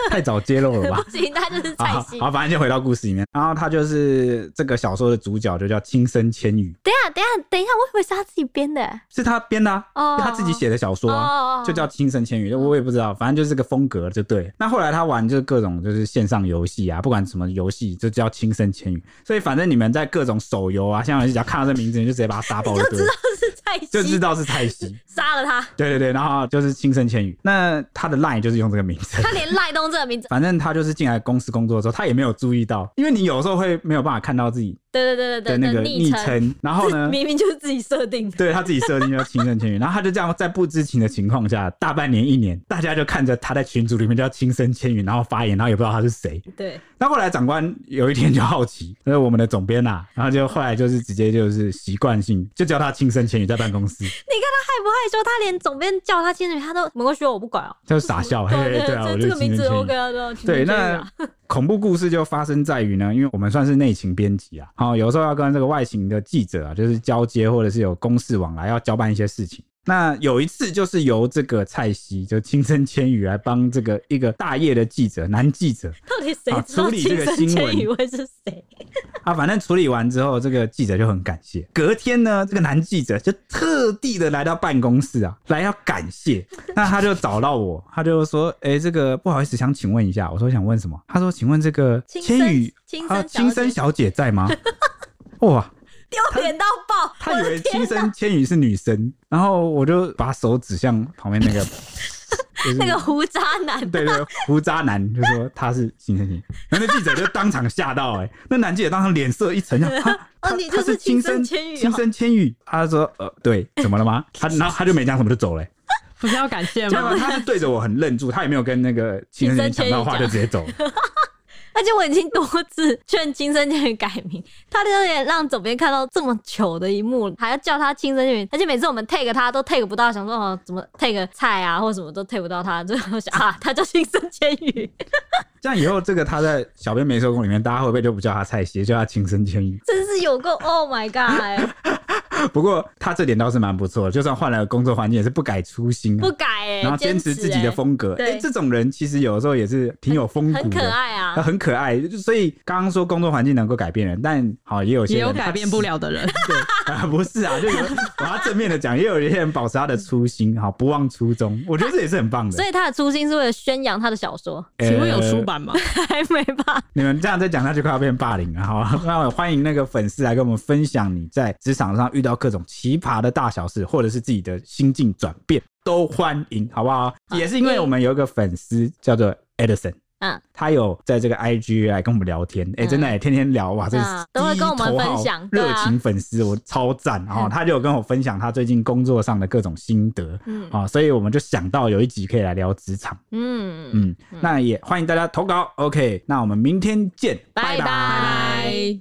Speaker 2: 太早揭露了 吧啊
Speaker 1: 不？行，他就是
Speaker 2: 好
Speaker 1: 蔡
Speaker 2: 好
Speaker 1: 西。
Speaker 2: 好，反正就回到故事里面，然后他就是这个小说的主角，就叫青生千羽，
Speaker 1: 等一下等一下等一下，我以为是他自己编的、
Speaker 2: 是他编的、啊，
Speaker 1: 哦
Speaker 2: 他自己写的小说啊。
Speaker 1: 哦，
Speaker 2: 就叫轻声千语，我也不知道，反正就是个风格就对。那后来他玩就是各种就是线上游戏啊，不管什么游戏就叫轻声千语。所以反正你们在各种手游啊，像游戏只要看到这名字，你就直接把他杀爆
Speaker 1: 就
Speaker 2: 对
Speaker 1: 知
Speaker 2: 了
Speaker 1: 道是蔡西，
Speaker 2: 就知道是 蔡西。
Speaker 1: 杀了 他，
Speaker 2: 对对对，然后就是轻声千语。那他的 line 就是用这个名 字。
Speaker 1: 他连赖东这个名字。
Speaker 2: 反正他就是进来公司工作的时候，他也没有注意到，因为你有时候会没有办法看到自己
Speaker 1: 对对对
Speaker 2: 的
Speaker 1: 对
Speaker 2: 那
Speaker 1: 对，
Speaker 2: 个昵
Speaker 1: 称
Speaker 2: 称，然后呢，
Speaker 1: 明明就是自己设定的。
Speaker 2: 对他自己设定叫亲生情侣，然后他就这样在不知情的情况下，大半年一年，大家就看着他在群组里面叫亲生千羽，然后发言，然后也不知道他是谁。
Speaker 1: 对，
Speaker 2: 那后来长官有一天就好奇， 那是我们的总编呐、啊然后就后来就是直接就是习惯性就叫他亲生千羽在办公室，
Speaker 1: 害不害羞？他连总编叫他亲嘴，他都没关系，我不管哦。
Speaker 2: 他就傻笑，嘿嘿，对啊，我
Speaker 1: 这这
Speaker 2: 就是
Speaker 1: 个名
Speaker 2: 亲
Speaker 1: 字
Speaker 2: 生
Speaker 1: OK
Speaker 2: 千羽。
Speaker 1: 啊，对啊，
Speaker 2: 对，
Speaker 1: 群众
Speaker 2: 那恐怖故事就发生在于呢，因为我们算是内勤编辑啊，好、有时候要跟这个外勤的记者啊，就是交接或者是有公事往来，要交办一些事情。那有一次就是由这个蔡西，就亲身千羽来帮这个一个大业的记者，男记者
Speaker 1: 到底谁
Speaker 2: 啊
Speaker 1: 知道
Speaker 2: 处理这
Speaker 1: 亲
Speaker 2: 个
Speaker 1: 生
Speaker 2: 新
Speaker 1: 千
Speaker 2: 闻
Speaker 1: 羽会是谁？
Speaker 2: 啊，反正处理完之后，这个记者就很感谢。隔天呢，这个男记者就特地的来到办公室啊，来要感谢。那他就找到我，他就说：“哎、这个不好意思，想请问一下。”我说：“想问什么？”他说：“请问这个
Speaker 1: 亲
Speaker 2: 千
Speaker 1: 生
Speaker 2: 羽
Speaker 1: 亲
Speaker 2: 啊
Speaker 1: 生小
Speaker 2: 亲生
Speaker 1: 姐
Speaker 2: 小姐在吗？”哇！
Speaker 1: 丢脸到爆！
Speaker 2: 他
Speaker 1: 我
Speaker 2: 以
Speaker 1: 的
Speaker 2: 为
Speaker 1: 天
Speaker 2: 亲生千羽是女生，然后我就把手指向旁边那 个，就是
Speaker 1: 那个胡渣男，
Speaker 2: 对对，胡渣男就说他是新生情，然后那记者就当场吓到、欸，哎，那男记者当场脸色一沉，啊，他
Speaker 1: 哦你
Speaker 2: 他
Speaker 1: 就是
Speaker 2: 是
Speaker 1: 亲生
Speaker 2: 生
Speaker 1: 千羽
Speaker 2: 亲
Speaker 1: 哦
Speaker 2: 生千羽，他说呃，对，怎么了吗？ 他然后他就没讲什么就走了、欸，
Speaker 3: 不是要感谢
Speaker 2: 没有
Speaker 3: 吗
Speaker 2: 没有？他是对着我很愣住，他也没有跟那个亲生千
Speaker 1: 亲生千
Speaker 2: 抢
Speaker 1: 羽
Speaker 2: 到话
Speaker 1: 讲
Speaker 2: 就直接走了，
Speaker 1: 而且我已经多次劝亲生千羽改名，他就也让总编看到这么糗的一幕，还要叫他亲生千羽，而且每次我们 take 他都 take 不到，想说哦怎么 take 菜啊或什么都 take 不到他，最后 想啊他叫亲生千羽，
Speaker 2: 这样以后这个他在小编没收工里面，大家会不会就不叫他菜西，叫他亲生千羽？
Speaker 1: 真是有够 Oh my God！哎、
Speaker 2: 不过他这点倒是蛮不错的，就算换了工作环境也是不改初心、啊，
Speaker 1: 不改哎、
Speaker 2: 然后坚持自己的
Speaker 1: 哎
Speaker 2: 风格。哎、
Speaker 1: 对
Speaker 2: 这种人其实有的时候也是挺有风骨
Speaker 1: 很
Speaker 2: 的，
Speaker 1: 可爱
Speaker 2: 他
Speaker 1: 啊。
Speaker 2: 很可爱，就所以刚刚说工作环境能够改变人，但好也有些
Speaker 3: 也
Speaker 2: 人
Speaker 3: 有改变不了的人，
Speaker 2: 对 啊，不是啊，就有我要正面的讲，也有一些人保持他的初心，好不忘初衷，我觉得这也是很棒的。
Speaker 1: 所以他的初心是为了宣扬他的小说，
Speaker 2: 呃
Speaker 3: 请问有出版吗？
Speaker 1: 还没吧？
Speaker 2: 你们这样再讲下去，快要变霸凌了，好吧？ 那我欢迎那个粉丝来跟我们分享你在职场上遇到各种奇葩的大小事，或者是自己的心境转变，都欢迎，好不好？也是因为我们有一个粉丝叫做 Edison。
Speaker 1: 嗯，
Speaker 2: 他有在这个 IG 来跟我们聊天，哎、
Speaker 1: 嗯
Speaker 2: 真的、哎天天聊哇，这是
Speaker 1: 嗯都会跟我们
Speaker 2: 第一头号
Speaker 1: 分享对啊
Speaker 2: 热情粉丝，我超赞哦！
Speaker 1: 嗯
Speaker 2: 他就有跟我分享他最近工作上的各种心得
Speaker 1: 嗯
Speaker 2: 啊、所以我们就想到有一集可以来聊职场，
Speaker 1: 嗯
Speaker 2: 嗯，那也欢迎大家投稿，OK，那我们明天见，
Speaker 1: 拜
Speaker 2: 拜
Speaker 1: 拜
Speaker 3: 拜。